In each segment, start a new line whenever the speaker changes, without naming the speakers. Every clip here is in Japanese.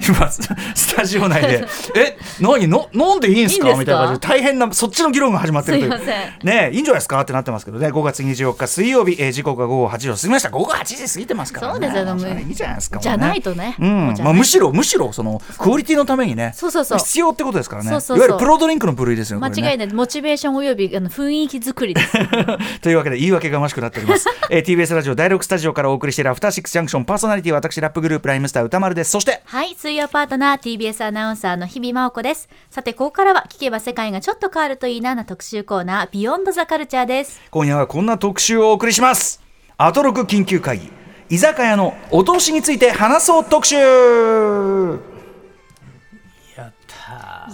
今ススタジオ内で「え何の飲んでいいんすか?
いいんで
み
すか
たいな感じで大変なそっちの議論が始まってるという
すいません
ねえいいんじゃないですかってなってますけどね5月24日水曜日、えー時刻が午後8時を過ぎました午後8時過ぎてますから、ね、
そうですよでも
それいいじゃないですか
じゃないとね
もうね
も
う
うんじゃ
ま
な
あ、
い
むしろむしろそのクオリティのためにね
そうそうそう
必要ってことですからね
そうそうそう
いわゆるプロドリンクの部類ですよね
間
これね
違いないモチベーションおよびあの雰囲気作りです
というわけで言い訳がましくなっており ます、えー TBS ラジオ第6スタジオからお送りしているアフターシックスジャンクションパーソナリティは私ラップグループライムスター歌丸ですそして
はい水曜パートナー TBS アナウンサーの日々真央子ですさてここからは聞けば世界がちょっと変わるといいなな特集コーナービヨンドザカルチャーです
今夜はこんな特集をお送りしますアトロク緊急会議居酒屋のお通しについて話そう特集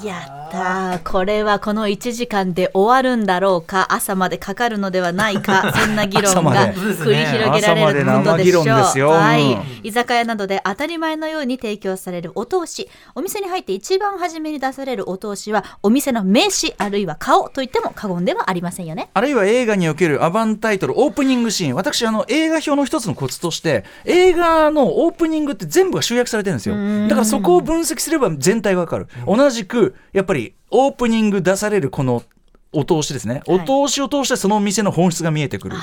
やったーこれはこの1時間で終わるんだろうか朝までかかるのではない かそんな議論
朝ま
が
で
繰り広げられることでし
朝
ょ
まで生議論です
う
よ
はい
うん
居酒屋などで当たり前のように提供されるお通しお店に入って一番初めに出されるお通しはお店の名刺あるいは顔といっても過言ではありませんよね
あるいは映画におけるアバンタイトルオープニングシーン私あの映画表の一つのコツとして映画のオープニングって全部が集約されてるんですよだからそこを分析すれば全体がわかる同じくやっぱりオープニング出されるこのお通しですねお
はい
通しを通してその店の本質が見えてくる、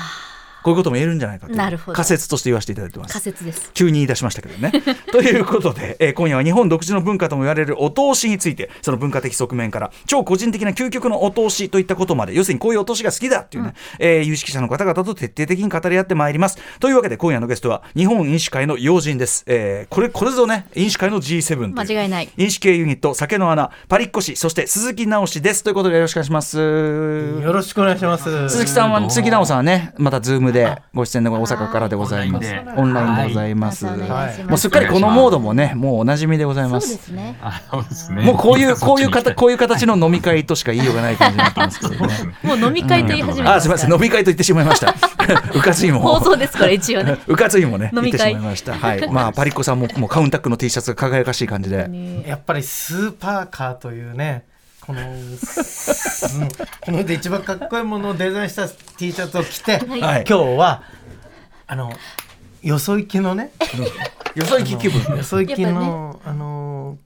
こういうことも言えるんじゃないかという
なるほど
仮説として言わせていただいてます
仮説です
急に言い出しましたけど ね。ということで、えー今夜は日本独自の文化とも言われるお通しについてその文化的側面から超個人的な究極のお通しといったことまで要するにこういうお通しが好きだっていうね、えー有識者の方々と徹底的に語り合ってまいります。というわけで今夜のゲストは日本飲酒会の要人です。えーこれこれぞね飲酒会の G7 という
間違いない
飲酒系ユニット酒の穴パリッコ氏そして鈴木直しですということでよろしくお願いします。
よろしくお願いします。
鈴木さんは鈴木直さんはねまたズームでご出演の大阪からでございます
はい
オンラインでござい
ま
ます。
たお願いします、
もうすっかりこのモードもね、もうおなじみでござい
そ
ま。
うですすね
あそうですね
もうこういう、こういう
方
形、こういう形の飲み会としか言いようがない感じになってますけ どね。
もう飲み会と言い始めて
あ、
ますす
み
か
ません、
ら
飲み会と言ってしまいました。 うかついも
放。送ですから一応ね
うかついもね、
飲
言っ
み
てしま
会
いました。はい、まあ、パリッコさんも、もうカウンタックの T シャツが輝かしい感じで。
やっぱりスーパーカーというね、この、すうんこの世で一番かっこいいものをデザインした T シャツを着て、
はい
今日は、あの、よそ行きのね、
よそ行き気分。
よそ行きの、あの、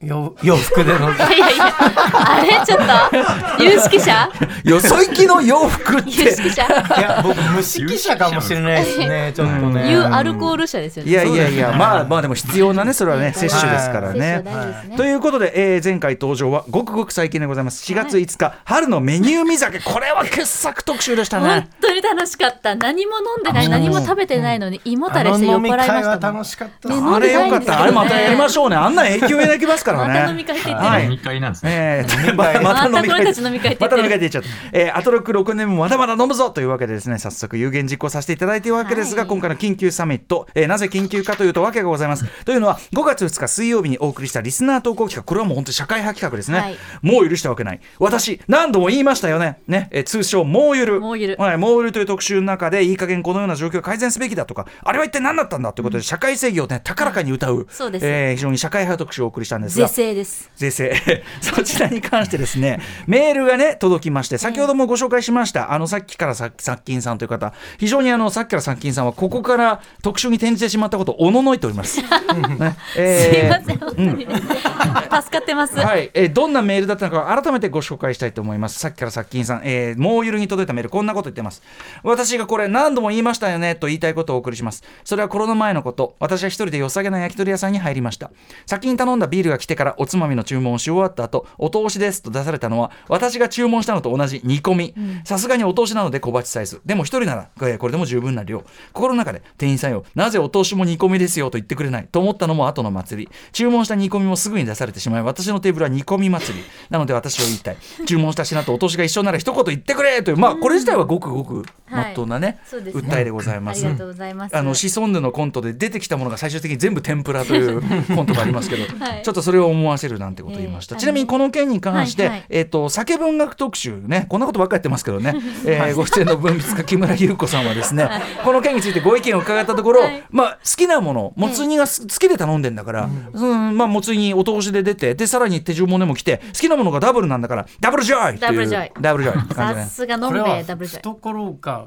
よ洋服で の、
いやいや、あれちょっと、有識者
よそ行きの洋服っ
有
て。
識者
いや、僕、無識者かもしれないですね、ちょっとね。
有アルコール者ですよね。
いやいやいや、まあまあでも必要なね、それはね、摂取ですからね。
摂取大事ですね
ということで、えー前回登場はごくごく最近でございます4月5日、春のメニュー見酒これは傑作特集でした
本
ね
当に楽しかった。何も飲んでない、
あ
何も食べてないのに、胃もた
あ
れして酔
の
っ
飲み
払いま
会は
したもん
楽。しかったです
ね
あれよかったあれまたやりましょうねあんな影響いただきますからね
また飲み会って言ってる
はい
飲み会なんですね、
ええまた
また
飲み
これ
会
たち飲み会って言
ま
ったてる
飲み会って言っちゃった、えーアトロック6年もまだまだ飲むぞというわけでですね早速有言実行させていただいているわけですが、
はい
今回の緊急サミット、えーなぜ緊急かというとわけがございますというのは5月2日水曜日にお送りしたリスナー投稿企画これはもう本当に社会派企画ですね、
はい
もう許したわけない私何度も言いましたよねね、えー通称もうゆる
もうゆる
はい、もうゆるという特集の中でいい加減このような状況を改善すべきだとかあれは一体何だったんだということで、社会正義をね高らかに歌う、
そうです
えー非常に社会派特集をお送りしたんですが
是正です。
是正 そちらに関してですねメールがね届きまして先ほどもご紹介しました、あのさっきからささっきんさんという方非常にあのさっきからさっきんさんはここから特集に転じてしまったことをおののいており ます、ね
すい
えー
ません、本当にね。助かってます。
はい、えーどんなメールだったのか改めてご紹介したいと思いますさっきからさっきんさん、えーもうゆるに届いたメールこんなこと言ってます私がこれ何度も言いましたよねと言いたいことをお送りしますそれはコロナ前のこと私は一人で良さげな焼き鳥屋さんに入りました先に頼んだビールが来てからおつまみの注文をし終わった後お通しですと出されたのは私が注文したのと同じ煮込みさすがにお通しなので小鉢サイズでも一人ならえーこれでも十分な量心の中で店員さんよなぜお通しも煮込みですよと言ってくれないと思ったのも後の祭り注文した煮込みもすぐに出されてしまい私のテーブルは煮込み祭りなので私は言いたい注文した品とお通しが一緒なら一言言ってくれというまあこれ自体はごくごくまっとうなね,、
そうですね
訴えでござい
あ
ま
り
す。
がとうございます。
あのシソンヌのコントで出てきたものが最終的に全部天ぷらと いうコントがありますけど、
はい
ちょっとそれを思わせるなんてことを言いました、
ええ
ちなみにこの件に関して、
はいはい
えっと酒文学特集ねこんなことばっかりやってますけど ね、えーご出演の文筆家木村優子さんはですね、この件についてご意見を伺ったところ、
はい
まあ好きなものもつ煮がす好きで頼んでんだから、うんまあもつ煮お通しで出てでさらに手順もねも来て好きなものがダブルなんだからダブルジョイっていう
ダブルジョイ
ダブルジョイって感じね
さすが飲
これ
んべ
は
えダブルジョイ。
懐が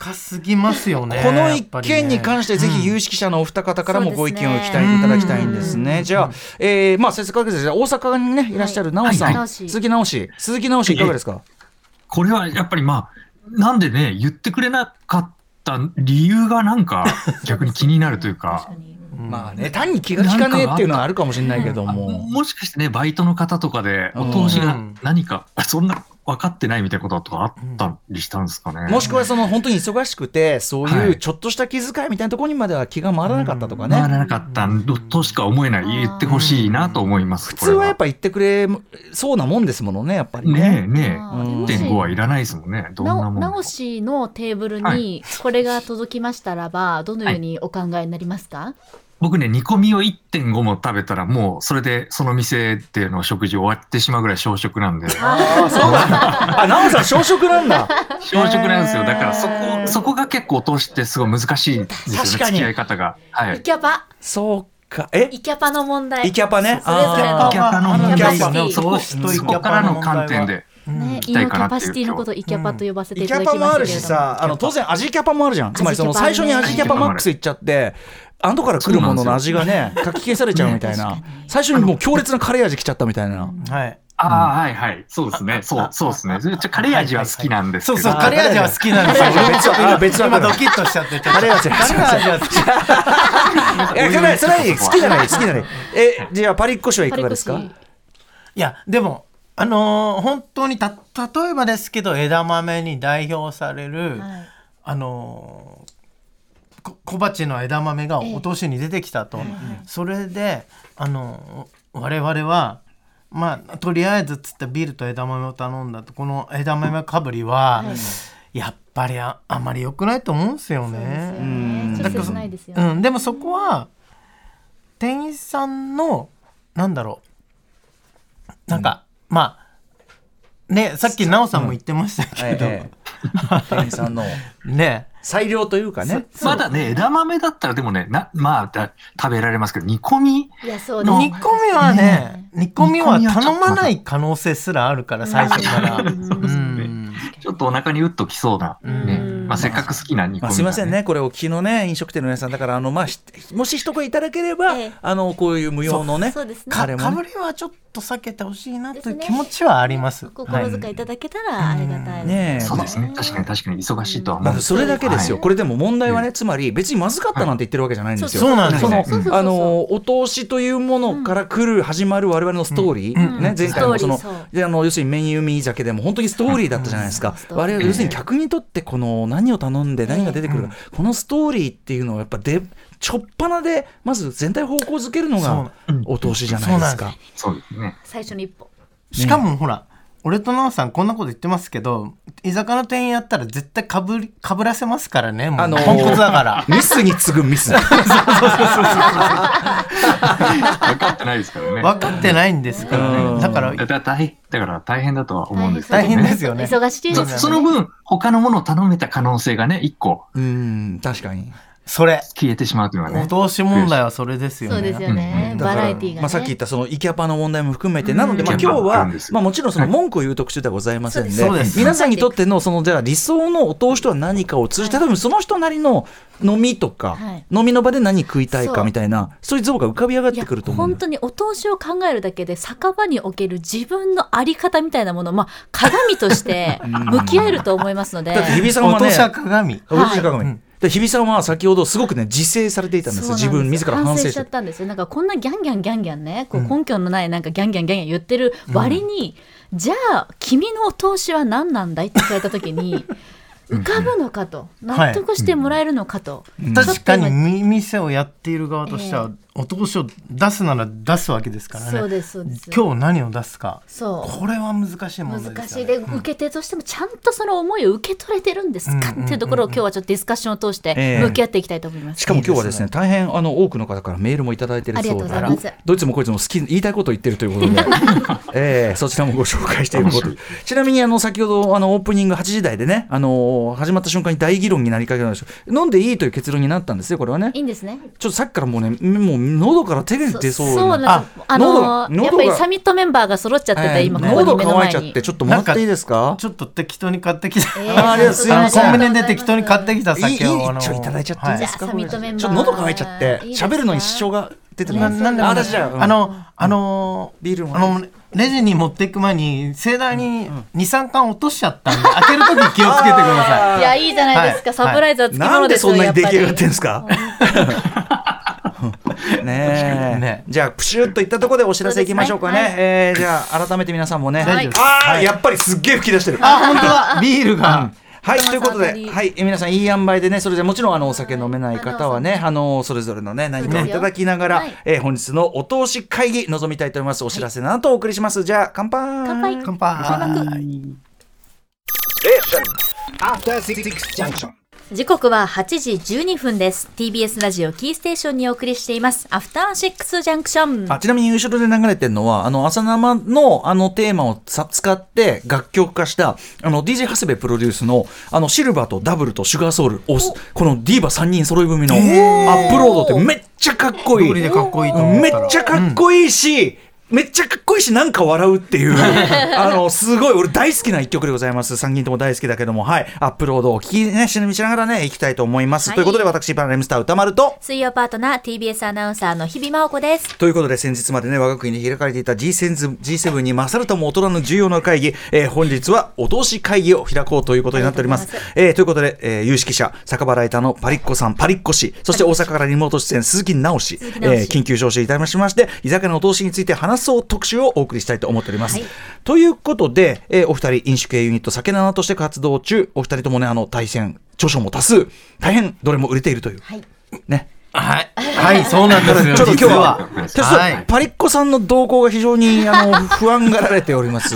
深すぎますよね
この一件に関して、ぜひ有識
識
者のお二方からも
うん
ご意見を聞きた
そうです
い
ね
いただきたいんですね。
うん
じゃあ、えーまあ、せっかくですが大阪にね、いらっしゃる直さん、
はいはい
鈴木直し、鈴木直し、いかがですか。
これはやっぱりまあ、なんでね、言ってくれなかった理由がなんか逆に気になるという
確か
か、
に
まあね、単に気が利かねえっていうのはあるかもしれないけど
あ
も。
もしかしてね、バイトの方とかで、
うん
お通し
う
が
ん
何か、そんな分かってないみたいなこととかあったりしたんですかね。
もしくはその本当に忙しくて、そう
は
いう
い
ちょっとした気遣いみたいなところにまでは気が回らなかったとかね。
回らなかったとしか思えない、言ってほしいなと思います。
普通はやっ
ぱ
ぱ言ってくれそうなもんですものね、やっぱりね。
ねえね
あー
うん
え、1.5
もし
はいらないですもんね。どんなも
なん
も
直しのテーブル
は
にこれが届きましたらば、どのようにお考えになりますか、
僕ね、煮込みを1.5も食べたら、もうそれでその店っていうのを食事終わってしまうぐらい小食なんで、
ああ、そうなんだ。あ、なおさん、小食なんだ。
小食なんですよ。だからそ
へー
こ、そこが結構通してすごい難しいんですよね、
確か
付
に
き合い方が。は
イ
い。
キャパ、
そうか。え
イキャパの問題。
イキャパね。
それぞれの
あー
イキャパの問
イキャパ
題
シティ
そこ、
糖質とイ
そ
キャ
こか
パ
ら
の
の
問題は
観点で。
ね、
き
胃
た
の
い
キャ
かなってい
パ
う
シティのことをイキャパと呼ばせて
イ
い
キ
ただ
ャ
きま
パ
し
もあ
たけれども。
るしさ、あの当然味キャパもあるじゃん。つまりその最
味
初
キャ
に
パね
味キャパマックスいっちゃって、あのから来るものの味がね、かき消されちゃうみたいな
ね。
最初にもう強烈なカレー味来ちゃったみたいな。
はい
ああ、はいはい。そうですね。そう、そうですね。ちょカレー味は好きなんですけ
そ
ど。
うそう
あー
カレー味は好きなんですよ
カレー味は別は
今ドキッとしちゃってちょっ
カ
と
レー味は
カレー味は好き
いや、じゃない、それはいい。好きじゃない、好きじゃない。 え、じゃあパリッコ氏はいかがです
パ
か
リコ
いやでもあのー本当にた例えばですけど枝豆に代表される、
氏はい
あのーこ小鉢の枝豆がお通しに出てきたと、それであのー我々はまあとりあえずつってビールと枝豆を頼んだとこの枝豆かぶりは、やっぱりああまり良くないと思うんですよ
そうですよ
ね。
うん
ね。直接ないですよ
う
ね。
ん、でもそこは店員さんのなんだろうなんか、まあねさっき奈緒さんも言ってましたけど、
ええ店員さんの
ね
裁量というかね。
まだね、枝豆だったらでもね、なまあだ、食べられますけど、煮込み
いや、そうですね。
煮込みはね、煮込みは
煮込みはちょっと
頼まない可能性すらあるから、最初から。
う
うんん。
ちょっとお腹にうっときそうな、ね
うん
まあ、せっかく好きな煮込み、
まあ、すみません。ね、これお聞きのね、飲食店の皆さんだから、あの、まあ、ひもし一声いただければ、
ええ
あの、こういう無用のね
そう。ですね。
カ
か
レー
か
もね
ぶりはちょっと避けてほしいなと
で
い
す
う
ね
気持ちはあります。
お心遣いいただけたらありがたい
ねえ
そうですね。確かに確かに忙しいとは思
ま
うん
あ、
です
それだけですよ、
はい
これでも問題はね、つまり別にまずかったなんて言ってるわけじゃないんですよ。
そうなんです
その
よね。
そうそうそうそう
あのお通しというものから来る始まる我々のストーリー、
うん
ね、前回もその
ストーリーそう
であの要するにメニュー見酒でも本当にストーリーだったじゃないですか、
うん
我々要するに客にとってこの何を頼んで何が出てくるか、このストーリーっていうのをやっぱでちょっぱなでまず全体方向づけるのが
そう
お通しじゃないですか。
そうですね。
最初の一歩。
しかもほら、俺と奈緒さんこんなこと言ってますけど、居酒屋の店員やったら絶対かぶり、かぶらせますからね。も
あ
う
のー
ポンコツだから。
ミスに次ぐミス。
分かってないで すからね。
分かってないんですから
うん
ね。だから、
だから大だから大変だとは思うんですけど、
大
ね、
変ですよね。
忙しいですよね。
そその分、他のものを頼めた可能性がね、一個
うん、確かに。
それ。
消えてしまうというのはね。
お通し問題はそれですよね。
そうですよね。
うん
バラエティーがね。
まあ、さっき言ったそのイキャパの問題も含めて、
うん
なので、まあ、
イキャ
今
パ
日
あ
は
るんです、よ
まあ、もちろんその文句を言う特集ではございませんで、
そうです
皆さんにとっての、その、じゃあ理想のお通しとは何かを通じて、多分その人なりの飲みとか、
はい
飲みの場で何食いたい
そ
か
う
みたいな、そういう像が浮かび上がっ
い
て
や
くると思う
本。当にお通しを考えるだけで酒場における自分のあり方みたいなものを、まあ、鏡 として向き合えると思いますので
だって、日比さん
お
はね
通、しは鏡。
お通しは鏡
はいうん
で日比さんは先ほどすごくね、自制されていたんですよ。自分、自ら反省
し
して
ちゃ
た
っ。たんですよなんかこんなギャンギャンギャンギャンねこう根拠のないなんかギャンギャンギャンギャン言ってる割に、じゃあ君のお通しは何なんだいって言われた 時に浮かぶのかと納得してもらえるのかと、
確かにみ店をやっている側としては、お通しを出すなら出すわけですからね
そうですそうです
今日何を出すか
そう
これは難しいもの
難
です
し
よ
い
ね
で受け手としてもちゃんとその思いを受け取れてるんですか
うんうんうんうん
っていうところを今日はちょっとディスカッションを通して
ええ
向き合っていきたいと思います。
しかも今日はですね、大変あの多くの方からメールもいただいてるそう
ありがとうございます
どいつもこいつも好き言いたいことを言ってるということで、 ええそちらもご紹介していること
面白い。
ちなみにあの先ほどあのオープニング8時台でね、あの始まった瞬間に大議論になりかけたんですけど飲んでいいという結論になったんですよこれはね。
いいんですね。
ちょっとさっきからもうねもう喉から手が出そう
そうなんですあの
喉が
やっぱりサミットメンバーが揃っちゃって
え
て、
ー
今ここ
喉
に目の
乾い
前
ちゃっ
に
て。ちょっともらっていいですか
ちょっと適当に買ってきた、
えー
ありがとうございます
あのコンビニで適当に買ってきた
いいいい
酒をあの
一応いただいちゃっていいですか、
はい
これ
じゃあサミットメンバー
ちょっと喉乾いちゃって
いいですか
喋るのに支障が出てる
ななんでも
あ私じゃあ,、うん
あのあの
ビールも
あ
ね
のレジに持っていく前に盛大に23缶落としちゃったんで開ける時気をつけてください
いや、いいじゃないですか、
はい
サプライズはつきも
な
の
んで
です
そ
よ。
んなに出来上
や
が
ぱ
っ
り
てんですかねえ
ね
じゃあプシュッといったところでお知らせいきましょうかね
そうです
えーじゃあ改めて皆さんもね、
大丈夫です
ああやっぱりすっげえ吹き出してる
あ本当だビールが
はい、
玉
ということ
さん
で、
に
はい、え皆さん、いい塩梅でね、それじゃもちろんあのお酒飲めない方はね、あのそれぞれのね、何かをいただきながら、
そうですよ
えー本日のお通し会議、臨みたいと思います。お知らせなんとお送りします。じゃあ、乾杯
乾杯
乾杯
After Six Junction.
時刻は8時12分です。TBS ラジオキーステーションにお送りしています。アフターシックスジャンクション。
あちなみに後ろで流れてるのは、あの、朝生のあのテーマをさ使って楽曲化した、あの、DJ 長谷部プロデュースの、あの、シルバーとダブルとシュガーソウルを、このディーバ3人揃い踏みのアップロードってめっちゃかっこい
ビー
い
ル。でかっこいいと思
め
っ
った
ら
ちゃかっこいいし、めっちゃかっこいいしなんか笑うって いうあのすごい俺大好きな一曲でございます3人とも大好きだけどもはいアップロードをお聞きねしながらねいきたいと思います、
はい
ということで私パラレムスター歌丸と
水曜パートナー TBS アナウンサーの日々真央子です。
ということで先日までね我が国で開かれていた G7, G7 に勝るとも劣らぬ重要な会議、えー本日はお通し会議を開こうということになっております。
ありがとう
えーということで、えー有識者酒場ライターのパリッコさんパリッコ氏そして大阪からリモート出演鈴木直氏
鈴木直
え
氏
ー緊急招集いたしまして居酒屋のお通しについて話そう特集をお送りしたいと思っております。
はい
ということで、えーお二人飲酒系ユニット酒七として活動中お二人ともねあの対戦著書も多数大変どれも売れているという、
はい。
ね
はいはいそうなんですよ
ちょっと今日
実
は、ちょっと
はい
パリッコさんの動向が非常にあ の不安がられております。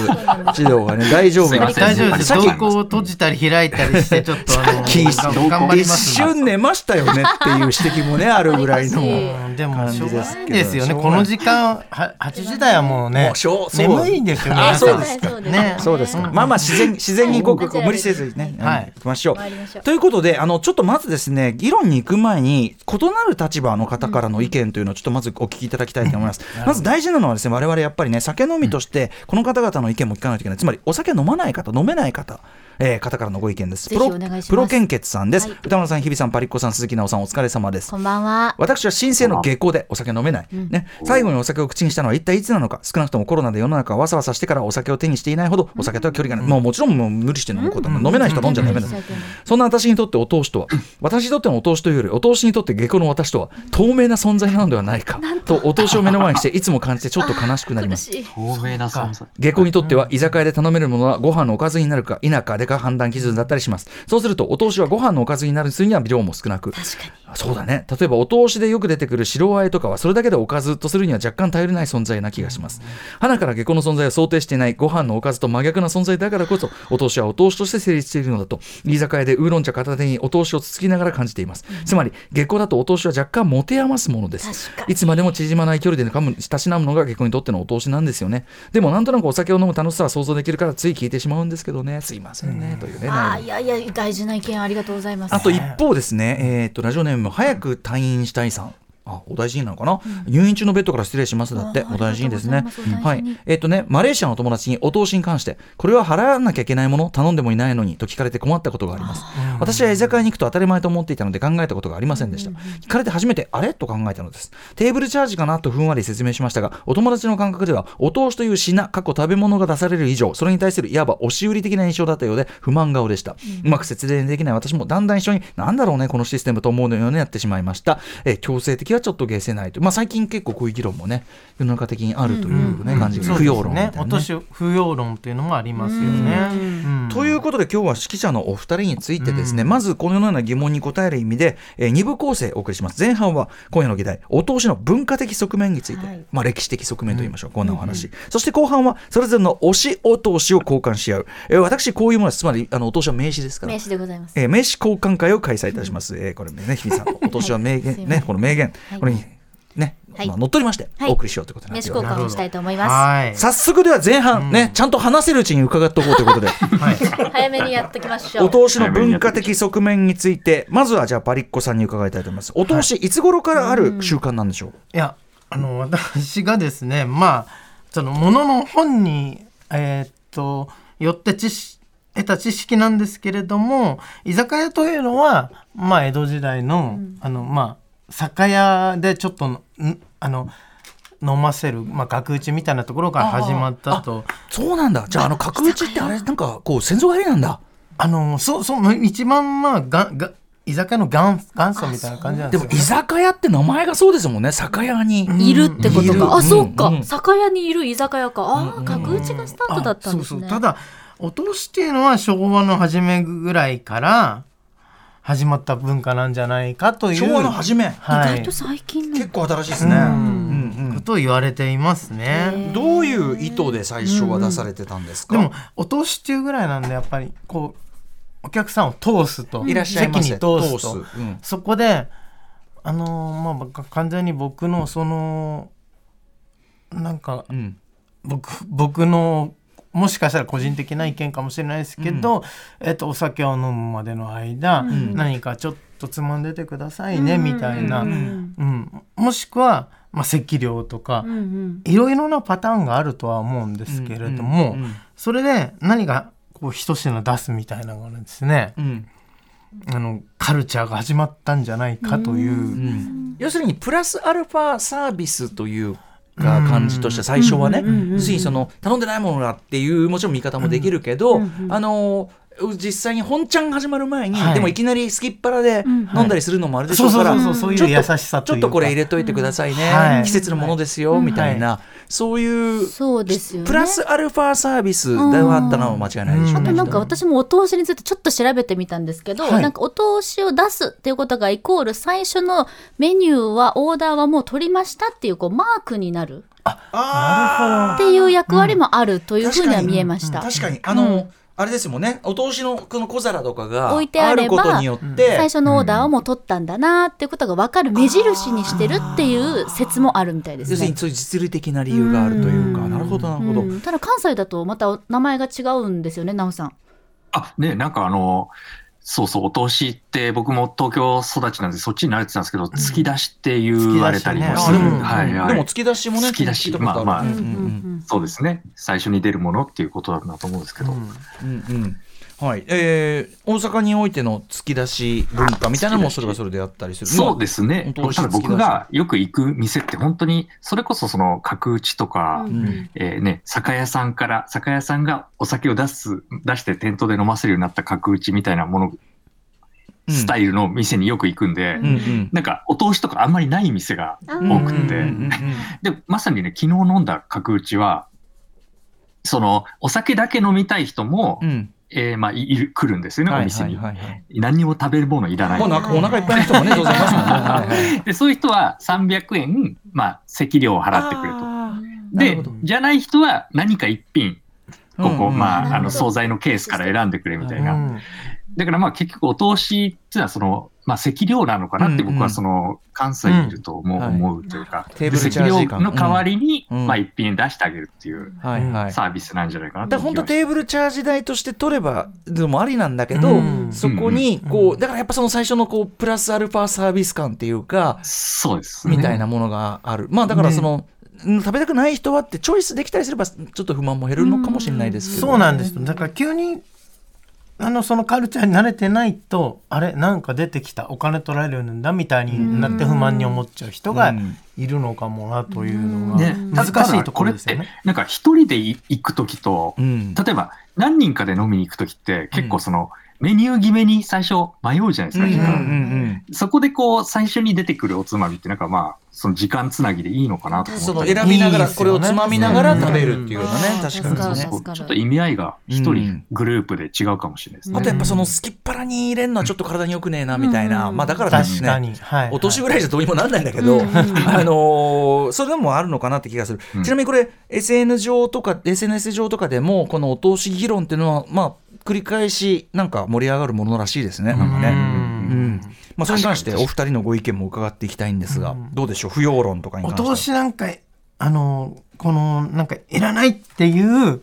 児童がね、大丈夫
すい
な
ま
の
せ
か
ん
大丈夫です
さっき
瞳孔を閉じたり開いたりしてちょっ とあの
き
頑張り
一
ますんで
瞬寝ましたよねっていう指摘もね、あるぐらい の。も
うんでもしょうがないです
感じ
よ
ですけ
ね
ど
この時間は8時台はもうね
うしょう、そう
眠いんですよね
あ、
皆さん
そうですか。
そうです
ね
そうですか。まあまあ自然自然にごくごく無理せずにね、
はい
うん行きましょう
参りましょ。う
ということで、あのちょっとまずですね、議論に行く前に異なる立場の方からの意見というのをちょっとまずお聞きいただきたいと思います。まず大事なのはですね、我々やっぱりね、酒飲みとしてこの方々の意見も聞かないといけない。つまりお酒飲まない方、飲めない方。えー方からのご意見です。
ぜひお願いします
プロ献血さんです。
はい
歌丸さん、日比さん、パリッコさん、鈴木奈緒さん、お疲れ様です
こ。んばんは。
私は申請の下校でお酒飲めない、ね、最後にお酒を口にしたのは一体いつなのか少なくともコロナで世の中はわさわさしてからお酒を手にしていないほどお酒とは距離がない、もうもちろんもう無理して飲むことも飲めない人は飲んじゃダメだ、そんな私にとってお通しとは私にとってのお通しというよりお通しにとって下校の私とは透明な存在なのではないかとお通しを目の前にしていつも感じてちょっと悲しくなります
しい。
透明な存在。
下校にとっては居酒屋で頼めるものはご飯のおかずになるか否かでか判断基準だったりしますそうするとお通しはご飯のおかずになるするには量も少なく
確かに。
そうだね例えばお通しでよく出てくる白あえとかはそれだけでおかずとするには若干頼りない存在な気がします花から下戸の存在を想定していないご飯のおかずと真逆な存在だからこそお通しはお通しとして成立しているのだと居酒屋でウーロン茶片手にお通しをつつきながら感じていますつまり下戸だとお通しは若干持て余すものです
確かに
いつまでも縮まない距離で噛むたしなむのが下戸にとってのお通しなんですよねでもなんとなくお酒を飲む楽しさは想像できるからつい聞いてしまうんですけどねすいませんねというね悩
ああ、
み
いやいや、大事な意見ありがとうございます。
あと一方ですね、えー、とラジオネーム早く退院したいさん。あお大事になのかな、入院中のベッドから失礼しますだって
あ
お大事にですね
ありがとうございます
は
お
い
大事に
えっ、とねマレーシアのお友達にお通しに関してこれは払わなきゃいけないもの頼んでもいないのにと聞かれて困ったことがあります私は居酒屋に行くと当たり前と思っていたので考えたことがありませんでした、聞かれて初めてあれと考えたのですテーブルチャージかなとふんわり説明しましたがお友達の感覚ではお通しという品過去食べ物が出される以上それに対するいわば押し売り的な印象だったようで不満顔でした、うまく説明できない私もだんだん一緒になんだろうねこのシステムと思うのようになってしまいました、えー強制的はちょっと下せないと、まあ、最近結構こういう議論もね世の中的にあるという、ね感じが
そう
不
で
要
す
論みたい
ね
な、ね
お年不要論っていうのもありますよねうん
ということで今日は指揮者のお二人についてですね、まずこのような疑問に答える意味で、えー、2部構成お送りします前半は今夜の議題お通しの文化的側面について、
はい
まあ、歴史的側面といいましょう、こんなお話、そして後半はそれぞれの推しお通しを交換し合う、えー私こういうものですつまりあのお通しは名詞ですから
名刺でございます。
えー 名刺交換会を開催いたします。えーこれね、日比さん、お年は名言、
はい
ね、この名言、
はい
これにね、
はい
まあ乗っ取りまして、
はい
お送りしようということになっ
名
て
刺
おり
交
ま
換をしたいと思いま
はい。
す早速では前半ね、ちゃんと話せるうちに伺っておこうということで
はい。
す。早めにやっときましょ
お
う。
通しの文化的側面についてまずはじゃあパリッコさんに伺いたいと思いますお通しいつ頃からある習慣なんでしょう、
いやあの私がですねまあそのものの本にえーっとよって知識得た知識なんですけれども居酒屋というのはまあ江戸時代の、あのまあ酒屋でちょっとのんあの飲ませる、まあ、額打ちみたいなところから始まったと
そうなんだじゃああの角打ちってあれなんかこう先祖返りなんだ
あのそうそう一番まあがが居酒屋の元元祖みたいな感じなんで
ですも
よ
居酒屋って名前がそうですもんね酒屋に、
いるってこと
いる
か。あ、そう
うんう
か。
ん
酒屋にいる居酒屋か。ああ、角打ちがスタートだったんです
あそうそ
ね
う。ただお通しっていうのは昭和の初めぐらいから始まった文化なんじゃないかという
昭和の初め
意
はい
外と最近の
結。構新しいですね、
うん
うん
ことを言われていますね。
どういう意図で最初は出されてたんですか、
でもお通しっていうぐらいなんでやっぱりこうお客さんを通すと
いらっしゃいませ
席に通すと
通すうん
そこであのーまあか完全に僕のそのなんか
うん
僕僕のもしかしたら個人的な意見かもしれないですけど、えっとお酒を飲むまでの間、何かちょっとつまんでてくださいね、みたいな、う
うんん
もしくは、まあ、席料とか、
うんうん。
いろいろなパターンがあるとは思うんですけれども、
うんうん
それで何かこう一品出すみたいなのがですね、
うん
あのカルチャーが始まったんじゃないかという。
うん要するにプラスアルファサービスというか感じとして最初はね要するにその頼んでないものがっていうもちろん見方もできるけど、あの実際に本ちゃん始まる前に、
はい
でもいきなりすきっ腹で飲んだりするのもあれでしょう
そ
か
うそ
ら
うそうそういう優しさ
ち
と
ょ
い
っ
うか
とこれ入れといてくださいね、
はい
季節のものですよ、みたいなそういう
そうですよね。
プラスアルファサービスではあったのは間違いないでしょ
あ
うね。
となんか私もお通しについてちょっと調べてみたんですけど、
はい
なんかお通しを出すっていうことがイコール最初のメニューはオーダーはもう取りましたっていうこうマークになるっていう役割もあるというふうには見えました。
確かにあの、あれですもんねお通しのこの小皿とかが
置いてあ
る
れば
ことによって
最初のオーダーをもう取ったんだなっていうことが分かる目印にしてるっていう説もあるみたいです
要する
ね
に。そういう実利的な理由があるというかなるほどなるほど、
うんただ関西だとまたお名前が違うんですよね、なおさん。
あ、ね、なんかあの、そうそう、お通しって僕も東京育ちなんでそっちに慣れてたんですけど、突き出しって言われたりもす
あ
る。
で
突き出
も、
しね
はいはい。
でも突き出しもね
突き出し
聞いたこと
まあ
る
まあ
うんうん
そうですね。最初に出るものっていうことだなと思うんですけど。
うん
うんうんはいえー、大阪においての突き出し文化みたいなのもそれがそれであったりする
そうですね。
本当
ただ僕がよく行く店って本当に、それこそその角打ちとか、
うん
うん
えーね、酒屋さんから、酒屋さんがお酒を出す、出して店頭で飲ませるようになった角打ちみたいなもの、
うん
スタイルの店によく行くんで、
うんうん
なんかお通しとかあんまりない店が
あ
うん
ー
多くて、
うんうん
で、まさにね、昨日飲んだ角打ちは、その、お酒だけ飲みたい人も、
うんうん
えーまあ、いいる、来るんですよね、お店に。
はいはいはい
何にも食べるものいらな。
はいいもうなんかお腹いっぱいの人 もね当然いますもんねはいはい
でそういう人は300円、まあ、席料を払ってくれと。
あーなる
で
ほど、
じゃない人は何か一品、ここ、
うんうん
まあ、
な
あ
るほど
の、惣菜のケースから選んでくれみたいな。
うん
だからまあ、結局、お通しっていうのは、その、まあ、席料なのかなって僕
うんうん
は、その、関西にいると思う,、
うんはい
思うというか、
テーブルチャージ
席料
感
の代わりに、
うん
まあ、一品出してあげるっていう
はいはい
サービスなんじゃないかなと
だから
思い
本
ま
当
す
テーブルチャージ代として取ればでもありなんだけど、
うん
そこに
うん
こう、
うん
だからやっぱその最初のこうプラスアルファサービス感っていうか、
そうです、
みたいなものがあるまあだからその、うん食べたくない人はってチョイスできたりすればちょっと不満も減るのかもしれないですけど、
そうなんですよだから急にあのそのカルチャーに慣れてないとあれなんか出てきたお金取られるんだみたいになって不満に思っちゃう人がいるのかもなというのが
ね、
難しいところですよ
ただ
ね。
これって、なんか一人で行くときと、
うん
例えば何人かで飲みに行くときって、結構その、メニュー決めに最初迷うじゃないですか、時
うんう
間。
ん
そこでこう、最初に出てくるおつまみって、なんかまあ、その時間つなぎでいいのかなと
う
思
ん
った
その
り
選びながら
いいです
こ
よ
れ
ね
をつまみながら食べるっていうようなね、
う
確
ん
か
そう
に
そ
そうう
そ
ね
う
こうちょっと意味合いが一人グループで違うかもしれないですね。
あとやっぱそのすきっ腹に入れるのはちょっと体によくねえなみたいな、
うん
まあだからです
確
ね
かに、はい、
お年
は
ぐらいじゃどうにもなんないんだけど、
うん
あのーそれでもあるのかなって気がする、
うん
ちなみにこれ SN 上とか SNS 上とかでもこのお通し議論っていうのはまあ繰り返しなんか盛り上がるものらしいですねなんかねうんまあ、それに関してお二人のご意見も伺っていきたいんですが、どうでしょう不要論とかに
お
関して
通しなんかあのこのなんかいらないっていう、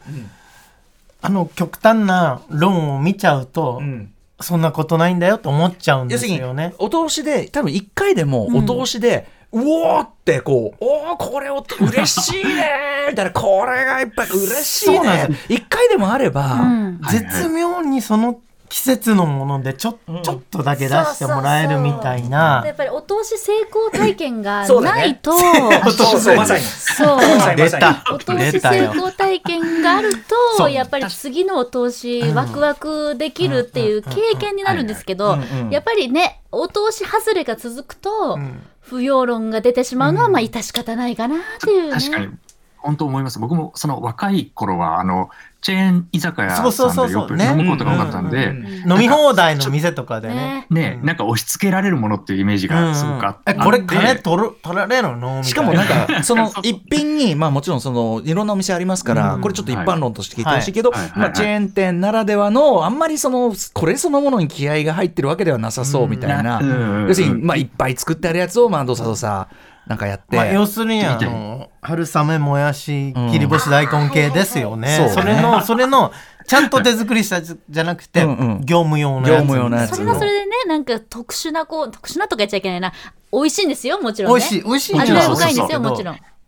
あの極端な論を見ちゃうと、
うん
そんなことないんだよと思っちゃうんで
要
す
するに
よね。
お通しで多分1回でもお通しで、うおーってこう「おーこれお嬉しいね」みたいな「これがいっぱい嬉しい
そうな
ね
んで」
1回でもあれば、
うん
はいはい
絶妙にその季節のものでちょ,、
うん
ちょっとだけ出してもらえるみたいな
やっぱりお通し成功体験が
そうだね
ないと、
そうそうまさに
そう。
そう
出た
お通し
出た
成
よ
功体験がある
そ
と
う
やっぱり次のお通しワクワクできるっていう経験になるんですけど
うんうんうん
やっぱりねお通し外れが続くと
ん
不要論が出てしまうのはまあ致し方ないかなっていう
確かに
ね。
本当思います僕もその若い頃はあのチェーン居酒屋さ
そうそうんそう
で
そう
よく
ね
飲むことが多かったん
う
で
ん
飲み放題の店とかでね。
ね
ね
うん
なんか押し付けられるものっていうイメージ
うんう
がすごくあ
ん
っ、
え
て
これ金取る取られるのみたいな
しかもなんかその一品にまあもちろんそのいろんなお店ありますから、これちょっと一般論として聞いてほしいけど、
はいはい
まあ、チェーン店ならではのあんまりそのこれそのものに気合が入ってるわけではなさそうみたいな、
うん
要するにまあいっぱい作ってあるやつをまあどさどさなんかやって、
まあ、要するに
見
あ
て
の春雨もやし切り干し大根系ですよね、
うん
それのそれのちゃんと手作りしたじゃなくて
うんうん
業務用の
業
やつ
務用のやつ
それはそれでねなんか特殊なこう特殊なとか言っちゃいけないな美味しいんですよもちろ
美
ん
味
ね。
しい美味しいん
味
じゃ
わ
ない
そうそうそう
深いんですよもち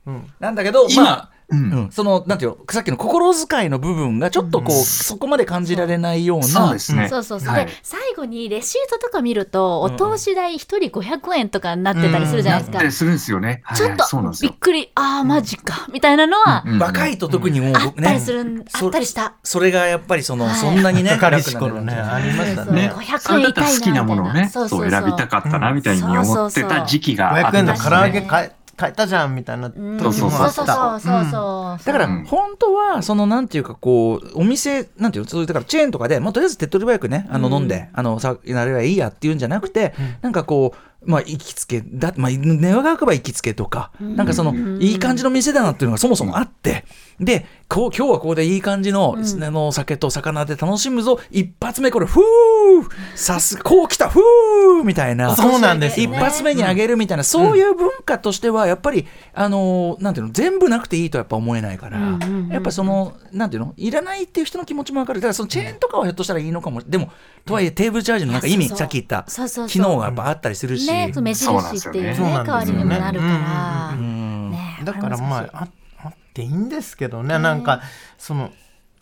ろん。
なんだけどまあ
今うん
うん、そのなんていうのさっきの心遣いの部分がちょっとこう、そこまで感じられないような
そうですね
そうそうそう、
はい
で最後にレシートとか見るとお通し代一人500円とかになってたりするじゃないですか、
なったりするんですよねはい
ちょっ
そうなん
と
です
びっ
よ
くりああマジかみたいなのは
うん
若いと特にもう
あっ
僕
た
ね
りするん、
そ
あったりした。
それがやっぱりその、
はい
そんな にね
かりし頃ね
楽な
ありました
そう
ね
ね
500
そ
円
れだ
痛いなみたいな
ったら好きなものをね
そ
そうう
そうそう
選びたかったなみたいに思ってた時期があ
500
った
円
んで
の
す
唐
ね
揚げ買え買えたじゃんみたいな時
うん
もあ
そうそうそう
そう
っ
そう
た
そうそうそう。
だから
うん
本当はそのなんていうかこうお店なんていうのそういうだからチェーンとかでもうとりあえず手っ取り早くねあの飲んで、あのさなればいいやっていうんじゃなくて、なんかこうまあ行きつけだまあ願わくば行きつけとか、なんかそのいい感じの店だなっていうのがそもそもあってでこう今日はここでいい感じの,、あの酒と魚で楽しむぞ一発目これふうさすこう来たふうみたいな
そうなんです
一
よね
発目にあげるみたいな、そういう文化としてはやっぱり、あのーなんていうの全部なくていいとやっぱ思えないから、
うんうんうん
やっぱそのなんていうのいらないっていう人の気持ちも分かるだからそのチェーンとかはひょっとしたらいいのかもでもとはいえテーブルチャージのなんか意
いや
味
そうそう
さっき言った
そうそうそう
機能がやっぱあったりするし、
ね、目印っていうね
そう
なんですよね
代わりにもなるか
そう
ら
な。
うん
ね
だからまあああっていいんですけどね、なんかその